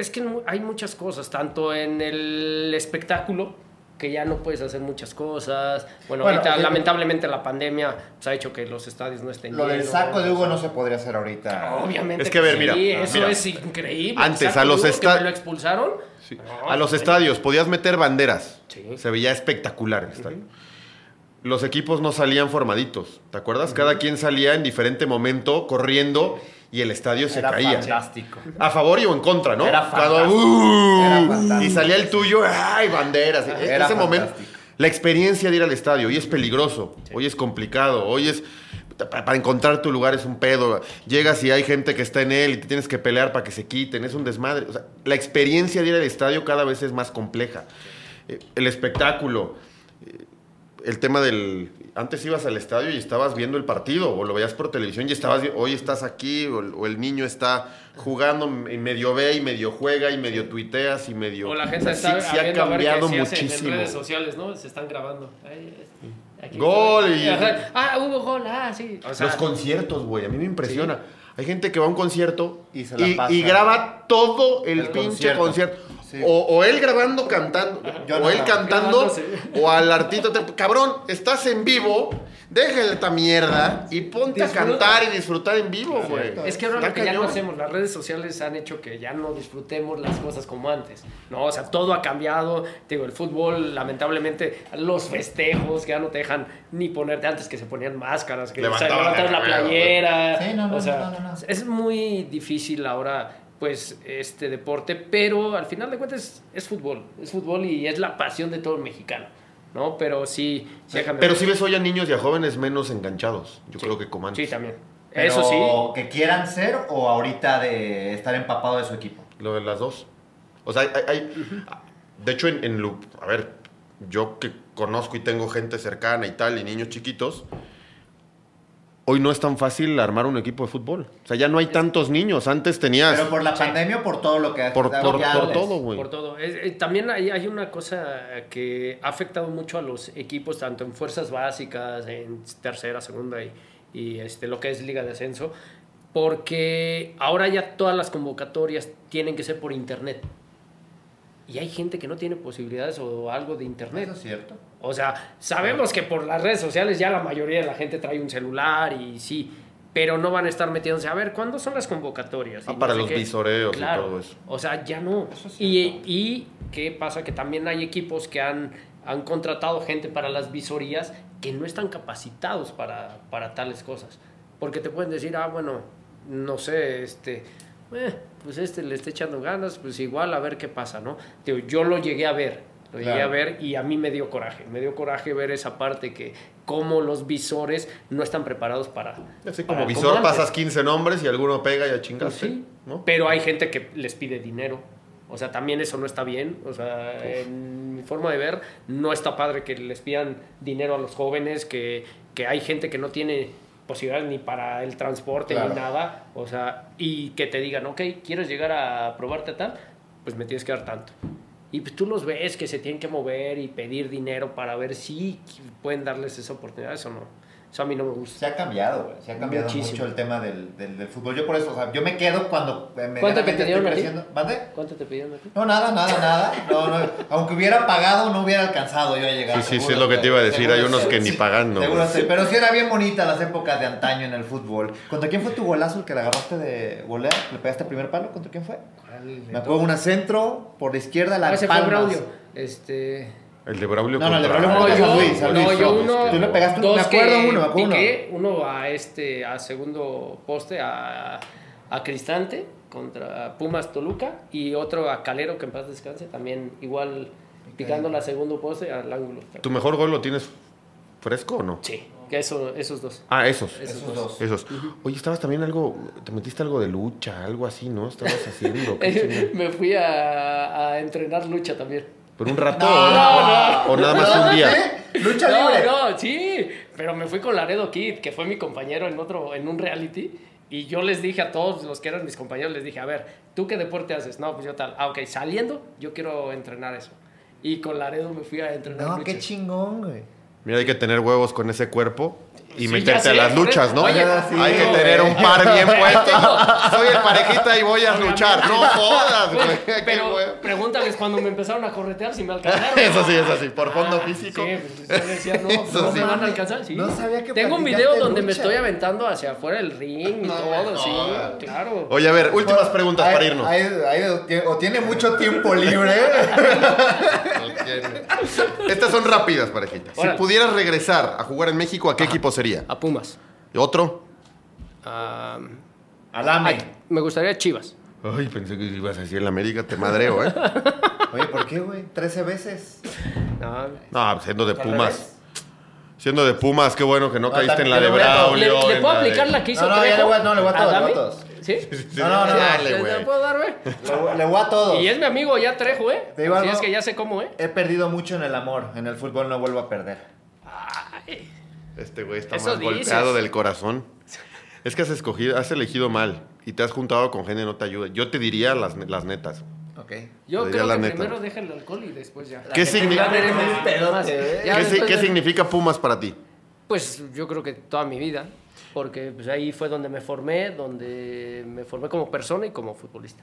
[SPEAKER 3] Es que mu- hay muchas cosas, tanto en el espectáculo, que ya no puedes hacer muchas cosas.
[SPEAKER 2] Bueno,
[SPEAKER 3] Bueno,
[SPEAKER 2] eh,
[SPEAKER 3] ahorita,
[SPEAKER 2] el-
[SPEAKER 3] lamentablemente la pandemia pues, ha hecho que los estadios no estén
[SPEAKER 2] Lo del
[SPEAKER 3] llenos.
[SPEAKER 2] saco de Hugo no se podría hacer ahorita.
[SPEAKER 3] Obviamente.
[SPEAKER 1] Es que, a ver,
[SPEAKER 3] sí,
[SPEAKER 1] mira,
[SPEAKER 3] Eso
[SPEAKER 1] mira.
[SPEAKER 3] es increíble.
[SPEAKER 1] Antes,
[SPEAKER 3] Exacto,
[SPEAKER 1] a los
[SPEAKER 3] digo que
[SPEAKER 1] esta-
[SPEAKER 3] me lo expulsaron.
[SPEAKER 1] Sí.
[SPEAKER 3] No,
[SPEAKER 1] A los
[SPEAKER 3] pues,
[SPEAKER 1] estadios, podías meter banderas.
[SPEAKER 3] Sí.
[SPEAKER 1] Se veía espectacular el estadio. Los equipos no salían formaditos, ¿te acuerdas? Cada quien salía en diferente momento corriendo y el estadio se
[SPEAKER 2] Era
[SPEAKER 1] caía.
[SPEAKER 2] fantástico.
[SPEAKER 1] A favor y o en contra, ¿no?
[SPEAKER 2] Era
[SPEAKER 1] Cada-
[SPEAKER 2] fantástico.
[SPEAKER 1] ¡Uh!
[SPEAKER 2] Era fantástico.
[SPEAKER 1] y salía el tuyo, ¡ay, banderas! En
[SPEAKER 2] Ah, Era
[SPEAKER 1] ese momento,
[SPEAKER 2] fantástico.
[SPEAKER 1] la experiencia de ir al estadio, hoy es peligroso, hoy es complicado, hoy es... pa- Para encontrar tu lugar es un pedo. Llegas y hay gente que está en él y te tienes que pelear para que se quiten. Es un desmadre. O sea, la experiencia de ir al estadio cada vez es más compleja. Eh, El espectáculo, eh, el tema del. Antes ibas al estadio y estabas viendo el partido, o lo veías por televisión y estabas. vi- Hoy estás aquí, o, el- o el niño está jugando y medio ve y medio juega y medio tuiteas y medio.
[SPEAKER 3] O la
[SPEAKER 1] O
[SPEAKER 3] gente
[SPEAKER 1] sea, sí-
[SPEAKER 3] está
[SPEAKER 1] sí ha
[SPEAKER 3] viendo a ver qué
[SPEAKER 1] cambiado
[SPEAKER 3] se hace
[SPEAKER 1] muchísimo.
[SPEAKER 3] En redes sociales, ¿no? Se están grabando. Ay, aquí
[SPEAKER 1] Gol
[SPEAKER 3] estoy.
[SPEAKER 1] y- <laughs>
[SPEAKER 3] Ajá. Ah, hubo gol. Ah, sí. O sea,
[SPEAKER 1] Los conciertos, güey, a mí me impresiona. Hay gente que va a un concierto
[SPEAKER 2] Y se la pasa.
[SPEAKER 1] y graba todo el,
[SPEAKER 2] El
[SPEAKER 1] pinche
[SPEAKER 2] concierto.
[SPEAKER 1] concierto.
[SPEAKER 2] Sí.
[SPEAKER 1] O, o él grabando cantando,
[SPEAKER 2] Yo
[SPEAKER 1] o
[SPEAKER 2] no
[SPEAKER 1] él
[SPEAKER 2] grabo.
[SPEAKER 1] cantando,
[SPEAKER 3] Grabándose.
[SPEAKER 1] o al artista. te- Cabrón, estás en vivo, deja esta mierda y ponte
[SPEAKER 3] Disfruta.
[SPEAKER 1] a cantar y disfrutar en vivo, güey.
[SPEAKER 3] Es que ahora
[SPEAKER 1] Está
[SPEAKER 3] lo que ya no
[SPEAKER 1] cañón.
[SPEAKER 3] hacemos, las redes sociales han hecho que ya no disfrutemos las cosas como antes, ¿no? O sea, todo ha cambiado, Te digo, el fútbol, lamentablemente, los festejos que ya no te dejan ni ponerte antes que se ponían máscaras, que o sea,
[SPEAKER 1] Levantaban
[SPEAKER 3] levantabas
[SPEAKER 1] la
[SPEAKER 3] la
[SPEAKER 1] cabeza,
[SPEAKER 3] playera,
[SPEAKER 2] güey. Sí, no, no,
[SPEAKER 3] o
[SPEAKER 2] no,
[SPEAKER 3] sea,
[SPEAKER 2] no, no.
[SPEAKER 3] es muy difícil ahora pues este deporte, pero al final de cuentas es fútbol, es fútbol y es la pasión de todo mexicano, ¿no? Pero sí, sí ha cambiado.
[SPEAKER 1] Pero si ves hoy a niños y a jóvenes menos enganchados, yo
[SPEAKER 3] Sí.
[SPEAKER 1] creo que como
[SPEAKER 3] Sí,
[SPEAKER 1] antes.
[SPEAKER 3] también.
[SPEAKER 2] Pero
[SPEAKER 3] Eso sí.
[SPEAKER 2] ¿Que quieran ser o ahorita de estar empapado de su equipo?
[SPEAKER 1] Lo de las dos. O sea, hay. hay- hay- de hecho, en, en Lu- A ver, yo que conozco y tengo gente cercana y tal, y niños chiquitos. Hoy no es tan fácil armar un equipo de fútbol. O sea, ya no hay tantos niños. Antes tenías.
[SPEAKER 2] Pero por la pandemia o por todo lo que ha
[SPEAKER 1] Por-
[SPEAKER 2] dado
[SPEAKER 1] por-
[SPEAKER 2] ya
[SPEAKER 1] por
[SPEAKER 2] les-
[SPEAKER 1] todo. güey.
[SPEAKER 3] Por todo. Es- eh, también hay, hay una cosa que ha afectado mucho a los equipos, tanto en fuerzas básicas, en tercera, segunda y, y, este, lo que es liga de ascenso, porque ahora ya todas las convocatorias tienen que ser por internet. Y hay gente que no tiene posibilidades o algo de internet.
[SPEAKER 2] Eso es cierto.
[SPEAKER 3] O sea, sabemos que por las redes sociales ya la mayoría de la gente trae un celular y sí, pero no van a estar metiéndose. A ver, ¿cuándo son las convocatorias? Y
[SPEAKER 1] Ah,
[SPEAKER 3] no
[SPEAKER 1] para
[SPEAKER 3] sé
[SPEAKER 1] los
[SPEAKER 3] qué.
[SPEAKER 1] visoreos y
[SPEAKER 3] Claro.
[SPEAKER 1] todo eso.
[SPEAKER 3] O sea, ya no.
[SPEAKER 2] Eso es
[SPEAKER 3] Y,
[SPEAKER 2] cierto.
[SPEAKER 3] y qué pasa que también hay equipos que han, han contratado gente para las visorías que no están capacitados para, para tales cosas. Porque te pueden decir, ah, bueno, no sé, este, eh, pues este le está echando ganas, pues igual a ver qué pasa, ¿no? Digo, yo lo llegué a ver, lo llegué a
[SPEAKER 2] Claro.
[SPEAKER 3] ver y a mí me dio coraje, me dio coraje ver esa parte que cómo los visores no están preparados para...
[SPEAKER 1] Así
[SPEAKER 3] para-
[SPEAKER 1] como visor
[SPEAKER 3] antes.
[SPEAKER 1] pasas 15 nombres y alguno pega y a
[SPEAKER 3] Pues
[SPEAKER 1] chingaste.
[SPEAKER 3] sí,
[SPEAKER 1] ¿no?
[SPEAKER 3] pero hay gente que les pide dinero. O sea, también eso no está bien. O sea, en forma de ver, no está padre que les pidan dinero a los jóvenes, que, que hay gente que no tiene posibilidades ni para el transporte
[SPEAKER 2] Claro.
[SPEAKER 3] ni nada. O sea, y que te digan, ok, ¿quieres llegar a probarte a tal? Pues me tienes que dar tanto. Y pues tú los ves que se tienen que mover y pedir dinero para ver si pueden darles esa oportunidad, eso no. Eso a mí no me gusta.
[SPEAKER 2] Se ha cambiado, güey. Se ha cambiado
[SPEAKER 3] Muchísimo.
[SPEAKER 2] mucho el tema del, del- del fútbol. Yo por eso, o sea, yo me quedo cuando... eh,
[SPEAKER 3] ¿Cuánto te
[SPEAKER 2] medianamente
[SPEAKER 3] dieron
[SPEAKER 2] estoy
[SPEAKER 3] a ti?
[SPEAKER 2] creciendo. ¿Mande?
[SPEAKER 3] ¿Cuánto te pidieron aquí?
[SPEAKER 2] No, nada, nada, nada. No, no. Aunque hubiera pagado, no hubiera alcanzado yo a llegar.
[SPEAKER 1] Sí, sí, sí,
[SPEAKER 2] seguro,
[SPEAKER 1] es lo que te iba a
[SPEAKER 2] güey.
[SPEAKER 1] decir.
[SPEAKER 2] Seguro
[SPEAKER 1] Hay unos
[SPEAKER 2] sí.
[SPEAKER 1] que ni pagando.
[SPEAKER 2] Seguro
[SPEAKER 1] güey.
[SPEAKER 2] sí. Pero sí era bien bonita las épocas de antaño en el fútbol. ¿Contra quién fue tu golazo el que la agarraste de volea? ¿Le pegaste el primer palo? ¿Contra quién fue? Me acuerdo una centro, por la izquierda, la
[SPEAKER 3] Ah, ese fue
[SPEAKER 2] palmas.
[SPEAKER 3] Braulio. Este.
[SPEAKER 1] El de Braulio
[SPEAKER 2] No, no, el de
[SPEAKER 1] contra-
[SPEAKER 2] Braulio fue
[SPEAKER 3] No,
[SPEAKER 2] contra
[SPEAKER 3] yo,
[SPEAKER 2] San Luis, San
[SPEAKER 3] no,
[SPEAKER 2] Luis.
[SPEAKER 3] yo uno.
[SPEAKER 2] Tú le pegaste un-
[SPEAKER 3] dos
[SPEAKER 2] me acuerdo
[SPEAKER 3] que
[SPEAKER 2] uno, me acuerdo
[SPEAKER 3] piqué, uno a este, a segundo poste, a, a Cristante contra Pumas Toluca y otro a Calero, que en paz descanse, también igual picándola a segundo poste al ángulo.
[SPEAKER 1] ¿Tu mejor gol lo tienes fresco o no?
[SPEAKER 3] Sí, que eso, esos dos.
[SPEAKER 1] Ah, esos.
[SPEAKER 3] Esos
[SPEAKER 2] Esos dos.
[SPEAKER 1] Esos. Oye, estabas también algo. Te metiste algo de lucha, algo así, ¿no? Estabas haciendo.
[SPEAKER 3] <laughs>
[SPEAKER 1] qué chingada.
[SPEAKER 3] Me fui a, a entrenar lucha también.
[SPEAKER 1] ¿Por un rato?
[SPEAKER 2] No,
[SPEAKER 1] o-
[SPEAKER 2] no,
[SPEAKER 1] ¿O nada más un día?
[SPEAKER 2] ¿Eh? Lucha
[SPEAKER 3] no,
[SPEAKER 2] libre.
[SPEAKER 3] no, sí, pero me fui con Laredo Kid, que fue mi compañero en otro, en un reality, y yo les dije a todos los que eran mis compañeros, les dije, a ver, ¿tú qué deporte haces? No, pues yo tal, ah, ok, saliendo, yo quiero entrenar eso. Y con Laredo me fui a entrenar.
[SPEAKER 2] No,
[SPEAKER 3] lucha.
[SPEAKER 2] qué chingón, güey.
[SPEAKER 1] Mira, hay que tener huevos con ese cuerpo y
[SPEAKER 3] Sí, ya
[SPEAKER 1] meterte
[SPEAKER 3] sé,
[SPEAKER 1] a las
[SPEAKER 3] por
[SPEAKER 1] luchas,
[SPEAKER 3] eso.
[SPEAKER 1] ¿no?
[SPEAKER 3] Oye,
[SPEAKER 2] Ah,
[SPEAKER 1] hay
[SPEAKER 3] sí,
[SPEAKER 1] que
[SPEAKER 3] güey.
[SPEAKER 1] tener un
[SPEAKER 3] <laughs>
[SPEAKER 1] par bien
[SPEAKER 3] Güey,
[SPEAKER 1] puesto.
[SPEAKER 3] tengo-
[SPEAKER 1] Soy el parejita y voy a luchar. No jodas, güey. Qué
[SPEAKER 3] Pero
[SPEAKER 1] huevo.
[SPEAKER 3] pregúntales cuando me empezaron a
[SPEAKER 1] <laughs>
[SPEAKER 3] corretear si me alcanzaron.
[SPEAKER 1] Eso sí, eso sí. Por fondo
[SPEAKER 3] Ah,
[SPEAKER 1] físico.
[SPEAKER 3] Sí, pues, yo decía,
[SPEAKER 2] <laughs>
[SPEAKER 3] no,
[SPEAKER 1] Eso
[SPEAKER 3] no
[SPEAKER 1] sí.
[SPEAKER 3] me van a alcanzar. sí.
[SPEAKER 2] No sabía que
[SPEAKER 3] Tengo un
[SPEAKER 2] practicaste
[SPEAKER 3] video donde me
[SPEAKER 2] lucha.
[SPEAKER 3] estoy aventando hacia afuera del ring y
[SPEAKER 1] No
[SPEAKER 3] todo,
[SPEAKER 1] me
[SPEAKER 3] sí,
[SPEAKER 1] jodas.
[SPEAKER 3] claro.
[SPEAKER 1] Oye, a ver, últimas
[SPEAKER 2] Bueno,
[SPEAKER 1] preguntas
[SPEAKER 2] hay-
[SPEAKER 1] para irnos.
[SPEAKER 2] hay- hay- o tiene mucho tiempo <laughs> libre.
[SPEAKER 1] Estas son rápidas, parejitas. Si
[SPEAKER 3] Órale.
[SPEAKER 1] pudieras regresar a jugar en México, ¿a qué equipo sería?
[SPEAKER 3] A Pumas.
[SPEAKER 1] ¿Otro?
[SPEAKER 3] Ah,
[SPEAKER 2] Alame.
[SPEAKER 3] me gustaría Chivas.
[SPEAKER 1] Ay, pensé que ibas a decir el América, te madreo,
[SPEAKER 3] <laughs>
[SPEAKER 1] ¿eh?
[SPEAKER 2] Oye, ¿por qué, güey? 13 veces.
[SPEAKER 3] No,
[SPEAKER 1] No, pues, siendo de
[SPEAKER 2] ¿Al
[SPEAKER 1] Pumas.
[SPEAKER 2] revés?
[SPEAKER 1] Siendo de Pumas, qué bueno que no,
[SPEAKER 3] Ah,
[SPEAKER 2] No,
[SPEAKER 1] caíste en
[SPEAKER 2] también
[SPEAKER 1] la de
[SPEAKER 2] le voy a-
[SPEAKER 3] ¿Le,
[SPEAKER 1] Braulio.
[SPEAKER 3] le
[SPEAKER 1] en
[SPEAKER 3] puedo
[SPEAKER 1] la de- <laughs>
[SPEAKER 3] aplicar la que hizo
[SPEAKER 2] No, no, ya
[SPEAKER 3] Trejo?
[SPEAKER 2] le voy a- no, le voy a todos,
[SPEAKER 3] Adame?
[SPEAKER 2] le voy a todos.
[SPEAKER 3] ¿Sí?
[SPEAKER 2] <laughs> No, no, no.
[SPEAKER 1] Dale,
[SPEAKER 3] ¿Le- le
[SPEAKER 1] güey.
[SPEAKER 3] puedo dar, güey?
[SPEAKER 2] Le, le voy a todos.
[SPEAKER 3] Y es mi amigo ya Trejo, ¿eh?
[SPEAKER 2] Te digo
[SPEAKER 3] Así
[SPEAKER 2] algo.
[SPEAKER 3] es que ya sé cómo, ¿eh?
[SPEAKER 2] He perdido mucho en el amor. En el fútbol no vuelvo a perder.
[SPEAKER 1] Este güey está
[SPEAKER 3] Eso
[SPEAKER 1] más
[SPEAKER 3] dices.
[SPEAKER 1] golpeado del corazón. Es que has escogido, has elegido mal y te has juntado con gente que no te ayuda. Yo te diría las, las netas.
[SPEAKER 2] Ok.
[SPEAKER 3] Yo
[SPEAKER 1] Te diría
[SPEAKER 3] creo
[SPEAKER 1] la
[SPEAKER 3] que
[SPEAKER 1] neta.
[SPEAKER 3] primero deja el alcohol y después ya.
[SPEAKER 1] ¿Qué, signi-
[SPEAKER 2] Ya
[SPEAKER 3] veremos.
[SPEAKER 2] veremos el pedote, ¿eh?
[SPEAKER 3] Ya
[SPEAKER 1] qué si-
[SPEAKER 3] después
[SPEAKER 1] qué
[SPEAKER 3] de-
[SPEAKER 1] significa Pumas para ti?
[SPEAKER 3] Pues yo creo que toda mi vida, porque pues, ahí fue donde me formé, donde me formé como persona y como futbolista.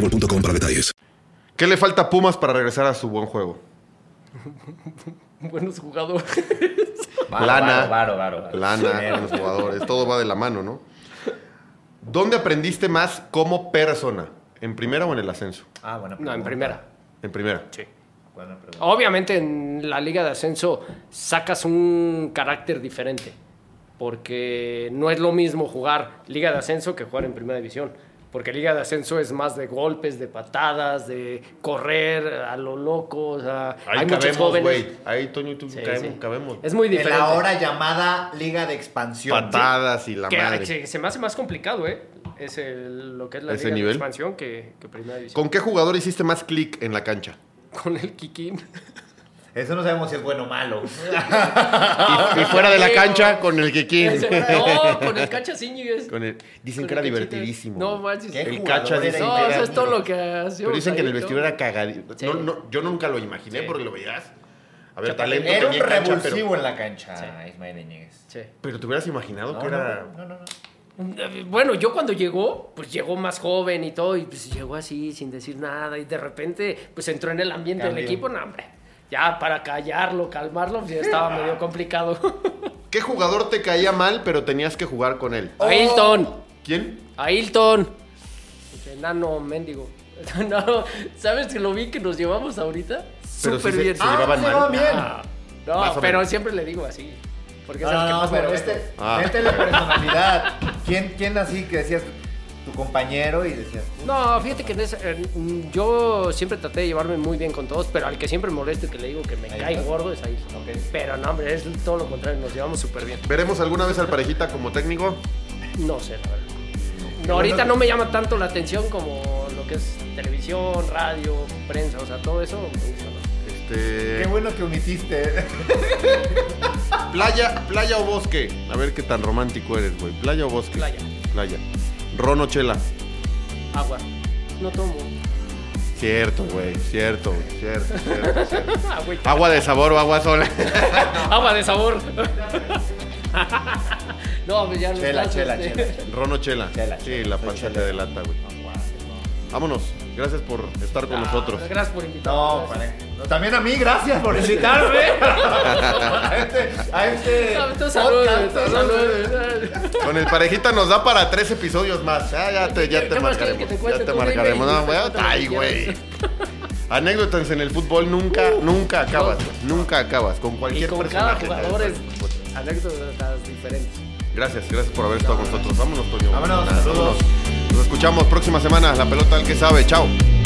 [SPEAKER 5] para detalles.
[SPEAKER 1] ¿Qué le falta a Pumas para regresar a su buen juego?
[SPEAKER 3] <laughs> Buenos jugadores.
[SPEAKER 2] Varo,
[SPEAKER 1] Lana.
[SPEAKER 2] Varo, varo, varo.
[SPEAKER 1] Lana,
[SPEAKER 2] Dinero.
[SPEAKER 1] los jugadores, todo va de la mano, ¿no? ¿Dónde aprendiste más como persona? ¿En primera o en el ascenso?
[SPEAKER 2] Ah, buena
[SPEAKER 3] No, en
[SPEAKER 2] pregunta.
[SPEAKER 3] primera.
[SPEAKER 1] En primera.
[SPEAKER 3] Sí.
[SPEAKER 2] Buena pregunta.
[SPEAKER 3] Obviamente en la liga de ascenso sacas un carácter diferente, porque no es lo mismo jugar liga de ascenso que jugar en primera división, porque liga de ascenso es más de golpes, de patadas, de correr a lo loco, o sea, hay muchos jóvenes.
[SPEAKER 1] güey. Ahí, Toño, tú
[SPEAKER 3] Sí,
[SPEAKER 1] cabemos,
[SPEAKER 3] sí.
[SPEAKER 1] cabemos.
[SPEAKER 3] Es muy
[SPEAKER 2] En
[SPEAKER 3] diferente.
[SPEAKER 2] la ahora llamada Liga de Expansión.
[SPEAKER 1] Patadas y la
[SPEAKER 3] Que,
[SPEAKER 1] madre.
[SPEAKER 3] se, se me hace más complicado, ¿eh? Es el- lo que es la
[SPEAKER 1] ¿Ese
[SPEAKER 3] liga
[SPEAKER 1] nivel?
[SPEAKER 3] de expansión que, que primera división.
[SPEAKER 1] ¿Con qué jugador hiciste más clic en la
[SPEAKER 3] <laughs>
[SPEAKER 1] cancha?
[SPEAKER 3] Con el
[SPEAKER 1] <laughs>
[SPEAKER 3] Kikín.
[SPEAKER 2] Eso no sabemos si es bueno o
[SPEAKER 3] <laughs>
[SPEAKER 2] malo.
[SPEAKER 1] y, y fuera de la
[SPEAKER 3] Diego.
[SPEAKER 1] cancha con el Kikín.
[SPEAKER 3] no, con el Cacha Zíñiguez.
[SPEAKER 1] Con el- dicen
[SPEAKER 3] Con
[SPEAKER 1] que era
[SPEAKER 3] el Cachita.
[SPEAKER 1] divertidísimo.
[SPEAKER 3] No
[SPEAKER 1] güey.
[SPEAKER 3] manches.
[SPEAKER 2] ¿Qué
[SPEAKER 1] El
[SPEAKER 2] jugador
[SPEAKER 1] Cacha
[SPEAKER 2] era
[SPEAKER 1] dice
[SPEAKER 3] No,
[SPEAKER 1] que
[SPEAKER 2] Ibera?
[SPEAKER 1] era-
[SPEAKER 3] eso es todo lo que hacemos.
[SPEAKER 1] Pero dicen que en el vestidor era cagadito.
[SPEAKER 3] Sí.
[SPEAKER 1] No, no, yo nunca lo imaginé
[SPEAKER 3] Sí.
[SPEAKER 1] porque lo veías. A ver,
[SPEAKER 3] Chapatín.
[SPEAKER 1] talento
[SPEAKER 2] Era un
[SPEAKER 1] tenía en cancha,
[SPEAKER 2] revulsivo
[SPEAKER 1] pero,
[SPEAKER 2] en la cancha, Ismael Iñiguez.
[SPEAKER 3] Sí.
[SPEAKER 1] pero te hubieras imaginado que era.
[SPEAKER 2] no, no, no.
[SPEAKER 3] Bueno, yo cuando llegó, pues llegó más joven y todo, y pues llegó así, sin decir nada, y de repente, pues entró en el ambiente del
[SPEAKER 2] Cambió.
[SPEAKER 3] equipo, no, hombre. Ya para callarlo, calmarlo, pues ya estaba
[SPEAKER 1] <laughs>
[SPEAKER 3] medio complicado.
[SPEAKER 1] ¿Qué jugador te caía mal, pero tenías que jugar con él?
[SPEAKER 3] A Hilton,
[SPEAKER 1] ¿Quién?
[SPEAKER 3] a Hilton. <laughs> Ese Enano mendigo. No, ¿sabes que lo bien que nos llevamos ahorita?
[SPEAKER 1] Pero
[SPEAKER 3] súper
[SPEAKER 1] sí se-
[SPEAKER 3] bien.
[SPEAKER 1] se llevaban
[SPEAKER 2] se
[SPEAKER 1] mal.
[SPEAKER 2] llevaban bien.
[SPEAKER 3] Ah, No,
[SPEAKER 1] Más o
[SPEAKER 3] pero
[SPEAKER 1] menos.
[SPEAKER 3] siempre le digo así. Porque
[SPEAKER 2] No,
[SPEAKER 3] es el que
[SPEAKER 2] no,
[SPEAKER 3] más
[SPEAKER 2] no, pero
[SPEAKER 3] me
[SPEAKER 2] este,
[SPEAKER 1] Ah.
[SPEAKER 2] métele personalidad. ¿Quién, ¿Quién así que decías tu compañero y decías tú?
[SPEAKER 3] No, fíjate que en ese- en- yo siempre traté de llevarme muy bien con todos, pero al que siempre molesto y que le digo que me
[SPEAKER 2] Ahí
[SPEAKER 3] cae
[SPEAKER 2] está.
[SPEAKER 3] gordo es ahí. Pero no, hombre, es todo lo contrario, nos llevamos súper bien.
[SPEAKER 1] ¿Veremos alguna vez al parejita como técnico?
[SPEAKER 3] No sé, la verdad. No, ahorita no me llama tanto la atención como lo que es televisión, radio, prensa, o sea, todo eso me gusta más.
[SPEAKER 1] Este,
[SPEAKER 2] Qué bueno que
[SPEAKER 3] <laughs>
[SPEAKER 2] unitiste.
[SPEAKER 1] playa, playa o bosque. A ver qué tan romántico eres, güey. Playa o bosque.
[SPEAKER 3] Playa.
[SPEAKER 1] Playa. Ron o chela.
[SPEAKER 3] Agua. No tomo.
[SPEAKER 1] Cierto, güey. Cierto, güey. Cierto, cierto, cierto.
[SPEAKER 3] Agüita.
[SPEAKER 1] Agua de sabor o agua sola.
[SPEAKER 3] Ah,
[SPEAKER 1] <laughs>
[SPEAKER 2] Ah,
[SPEAKER 3] Agua de sabor. <laughs> no, pues ya no
[SPEAKER 2] Chela,
[SPEAKER 3] estás,
[SPEAKER 2] chela,
[SPEAKER 3] este,
[SPEAKER 2] chela.
[SPEAKER 1] Ron o chela.
[SPEAKER 2] Chela,
[SPEAKER 1] Sí,
[SPEAKER 2] chela.
[SPEAKER 1] la
[SPEAKER 2] Soy
[SPEAKER 1] pancha te
[SPEAKER 2] chelero.
[SPEAKER 1] delata, güey. Vámonos. Gracias por estar con
[SPEAKER 3] Ah,
[SPEAKER 1] nosotros.
[SPEAKER 3] Gracias por invitarme.
[SPEAKER 2] No,
[SPEAKER 3] Gracias.
[SPEAKER 2] vale. No, También a mí, gracias por invitarme.
[SPEAKER 3] <laughs>
[SPEAKER 2] a este, a este
[SPEAKER 3] No, tú salud,
[SPEAKER 2] podcast.
[SPEAKER 3] tú salud.
[SPEAKER 1] <laughs> Con el parejita nos da para tres episodios más. Ya, ya te, ya
[SPEAKER 3] ¿Qué
[SPEAKER 1] te
[SPEAKER 3] más quieres que
[SPEAKER 1] marcaremos.
[SPEAKER 3] te
[SPEAKER 1] ya
[SPEAKER 3] cuente?
[SPEAKER 1] te
[SPEAKER 3] Tú dime
[SPEAKER 1] marcaremos.
[SPEAKER 3] y
[SPEAKER 1] No,
[SPEAKER 3] te
[SPEAKER 1] güey,
[SPEAKER 3] cuento lo que
[SPEAKER 1] ay, güey.
[SPEAKER 3] quieras.
[SPEAKER 1] Anécdotas en el fútbol nunca, nunca acabas. Nunca acabas. Con
[SPEAKER 3] Y
[SPEAKER 1] cualquier
[SPEAKER 3] con cada
[SPEAKER 1] personaje.
[SPEAKER 3] jugador es anécdotas diferentes.
[SPEAKER 1] Gracias, gracias por haber estado con nosotros. Vámonos, Toño.
[SPEAKER 2] Vámonos,
[SPEAKER 1] Nada,
[SPEAKER 2] saludos.
[SPEAKER 1] Nos escuchamos próxima semana. La pelota al que sabe. Chao.